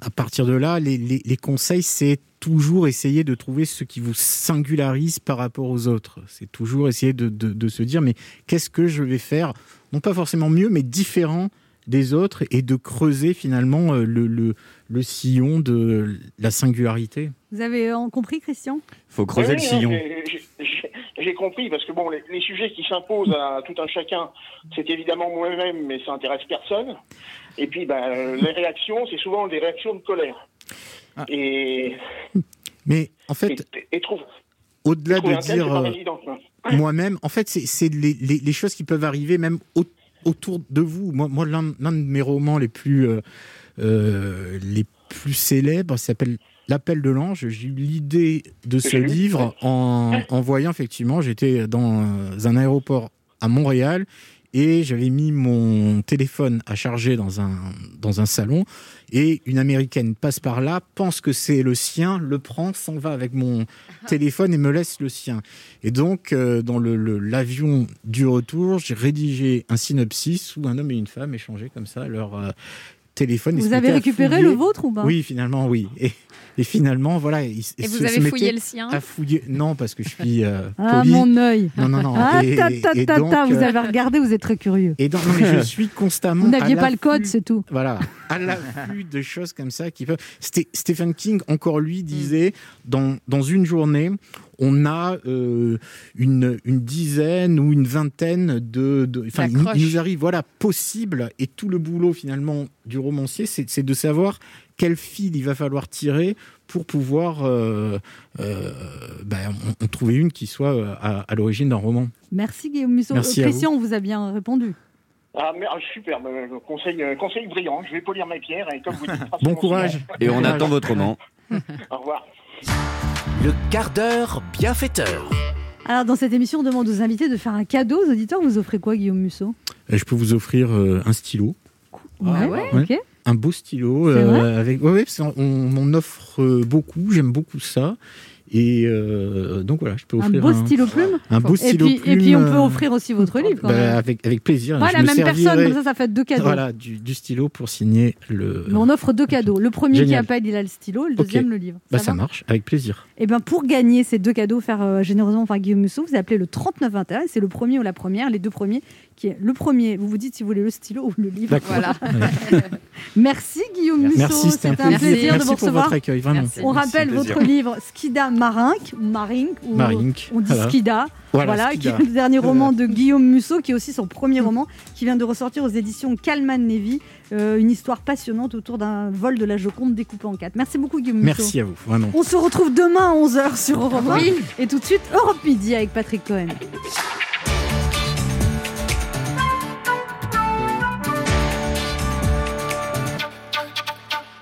Speaker 11: à partir de là, les, les- les conseils, c'est toujours essayer de trouver ce qui vous singularise par rapport aux autres. C'est toujours essayer de, de- de se dire, mais qu'est-ce que je vais faire Non pas forcément mieux, mais différent des autres et de creuser finalement euh, le, le- le sillon de la singularité.
Speaker 3: Vous avez euh, compris, Christian
Speaker 11: faut
Speaker 13: Oui, oui, non, j'ai- j'ai- J'ai compris, parce que bon, les, les sujets qui s'imposent à tout un chacun, c'est évidemment moi-même, mais ça intéresse personne. Et puis, ben, euh, les réactions, c'est souvent des réactions de colère.
Speaker 11: Ah.
Speaker 13: Et,
Speaker 11: Mais en fait,
Speaker 13: et, et trouve.
Speaker 11: au-delà
Speaker 13: trouver
Speaker 11: de
Speaker 13: un tel,
Speaker 11: dire...
Speaker 13: c'est pas
Speaker 11: euh,
Speaker 13: évident, quoi.
Speaker 11: moi-même, en fait, c'est- c'est les, les- les choses qui peuvent arriver même au- autour de vous. Moi, moi, l'un l'un de mes romans les plus, euh, euh, les plus célèbres s'appelle L'appel de l'ange. J'ai eu l'idée de ce livre en, en voyant, effectivement, j'étais dans un aéroport à Montréal et j'avais mis mon téléphone à charger dans un, dans un salon et une américaine passe par là, pense que c'est le sien, le prend, s'en va avec mon
Speaker 3: Ah.
Speaker 11: téléphone et me laisse le sien. Et donc, euh, dans l'avion le, l'avion du retour, j'ai rédigé un synopsis où un homme et une femme échangeaient comme ça leur euh, téléphone.
Speaker 3: Vous
Speaker 11: et se
Speaker 3: avez
Speaker 11: mettaient à
Speaker 3: récupéré
Speaker 11: fouiller.
Speaker 3: le vôtre ou pas
Speaker 11: Oui, finalement, oui. Et, et finalement, voilà. ils-
Speaker 6: Et
Speaker 11: se-
Speaker 6: vous
Speaker 11: se
Speaker 6: avez fouillé
Speaker 11: mettaient
Speaker 6: le sien
Speaker 11: à fouiller. Non, parce que je suis. euh,
Speaker 3: Ah,
Speaker 11: poli.
Speaker 3: mon œil
Speaker 11: Non, non, non.
Speaker 3: Ah,
Speaker 11: Et-
Speaker 3: ta, ta,
Speaker 11: et
Speaker 3: ta,
Speaker 11: donc,
Speaker 3: ta, vous
Speaker 11: euh,
Speaker 3: avez regardé, vous êtes très curieux.
Speaker 11: et donc, non, mais je suis constamment.
Speaker 3: Vous
Speaker 11: à
Speaker 3: n'aviez pas le
Speaker 11: l'affût-
Speaker 3: code, c'est tout.
Speaker 11: Voilà, à l'affût de choses comme ça qui peuvent. Sté- Stephen King, encore lui, disait dans, dans une journée, on a euh, une, une dizaine ou une vingtaine de. de- Enfin, il,
Speaker 5: D'accroches.
Speaker 11: il nous arrive, voilà, possible. Et tout le boulot, finalement, du romancier, c'est c'est de savoir quel fil il va falloir tirer pour pouvoir euh, euh, ben, en- en trouver une qui soit euh, à- à l'origine d'un roman.
Speaker 3: Merci Guillaume Musso.
Speaker 11: Merci
Speaker 3: Euh,
Speaker 11: à
Speaker 3: Christian, on vous a bien répondu.
Speaker 13: Ah, mais, ah, superbe, euh, conseil, euh, conseil brillant. Je vais polir ma pierre et comme vous dites.
Speaker 11: Bon courage.
Speaker 10: Et on attend votre roman.
Speaker 13: Au revoir.
Speaker 2: Le quart d'heure bienfaiteur.
Speaker 3: Alors, dans cette émission, on demande aux invités de faire un cadeau aux auditeurs. Vous offrez quoi, Guillaume Musso
Speaker 11: Euh, Je peux vous offrir euh, un stylo.
Speaker 3: Ah ouais, ok.
Speaker 11: Un beau stylo. euh,
Speaker 3: vrai
Speaker 11: avec... ouais, ouais, parce qu'on- on m'en offre euh, beaucoup, j'aime beaucoup ça. Et euh, donc voilà, je peux
Speaker 3: Un
Speaker 11: offrir
Speaker 3: beau stylo Ben, plume
Speaker 11: Un beau
Speaker 3: et
Speaker 11: stylo
Speaker 3: puis,
Speaker 11: plume.
Speaker 3: Et puis, on peut
Speaker 11: euh,
Speaker 3: offrir aussi votre livre quand
Speaker 11: bah,
Speaker 3: même.
Speaker 11: avec, avec plaisir.
Speaker 3: Pas
Speaker 11: Je
Speaker 3: la
Speaker 11: me
Speaker 3: même personne,
Speaker 11: servirai-
Speaker 3: comme ça, ça fait deux cadeaux.
Speaker 11: Voilà, du, du stylo pour signer le.
Speaker 3: Mais on offre deux cadeaux. Le premier qui
Speaker 11: Génial.
Speaker 3: appelle, il a le stylo. Le
Speaker 11: Ok.
Speaker 3: deuxième, le livre.
Speaker 11: Bah,
Speaker 3: Ça
Speaker 11: ça
Speaker 3: va
Speaker 11: marche, avec plaisir.
Speaker 3: Eh bien, pour gagner ces deux cadeaux offerts euh, généreusement par Guillaume Musso, vous appelez le 3921. et C'est le premier ou la première, les deux premiers. Qui est le premier, vous vous dites si vous voulez le stylo ou le livre.
Speaker 11: D'accord.
Speaker 3: Voilà. Merci Guillaume Musso.
Speaker 11: Merci, c'était un plaisir.
Speaker 3: de
Speaker 11: Merci
Speaker 3: vous
Speaker 11: pour
Speaker 3: recevoir.
Speaker 11: votre accueil, vraiment. Merci.
Speaker 3: On
Speaker 11: Merci,
Speaker 3: rappelle
Speaker 11: plaisir.
Speaker 3: votre livre Skida Marink, ou Marink, ou
Speaker 11: Marink,
Speaker 3: on dit
Speaker 11: voilà.
Speaker 3: Skida. Voilà,
Speaker 11: Voilà, Mm.
Speaker 3: qui
Speaker 11: Skida.
Speaker 3: est le dernier roman de Guillaume Musso, qui est aussi son premier roman, qui vient de ressortir aux éditions Calman Levy. Euh, une histoire passionnante autour d'un vol de la Joconde découpé en quatre. Merci beaucoup Guillaume Musso.
Speaker 11: Merci à vous, vraiment.
Speaker 3: On se retrouve demain à 11h sur Europe 1
Speaker 11: Oui.
Speaker 3: et tout de suite Europe Midi avec Patrick Cohen.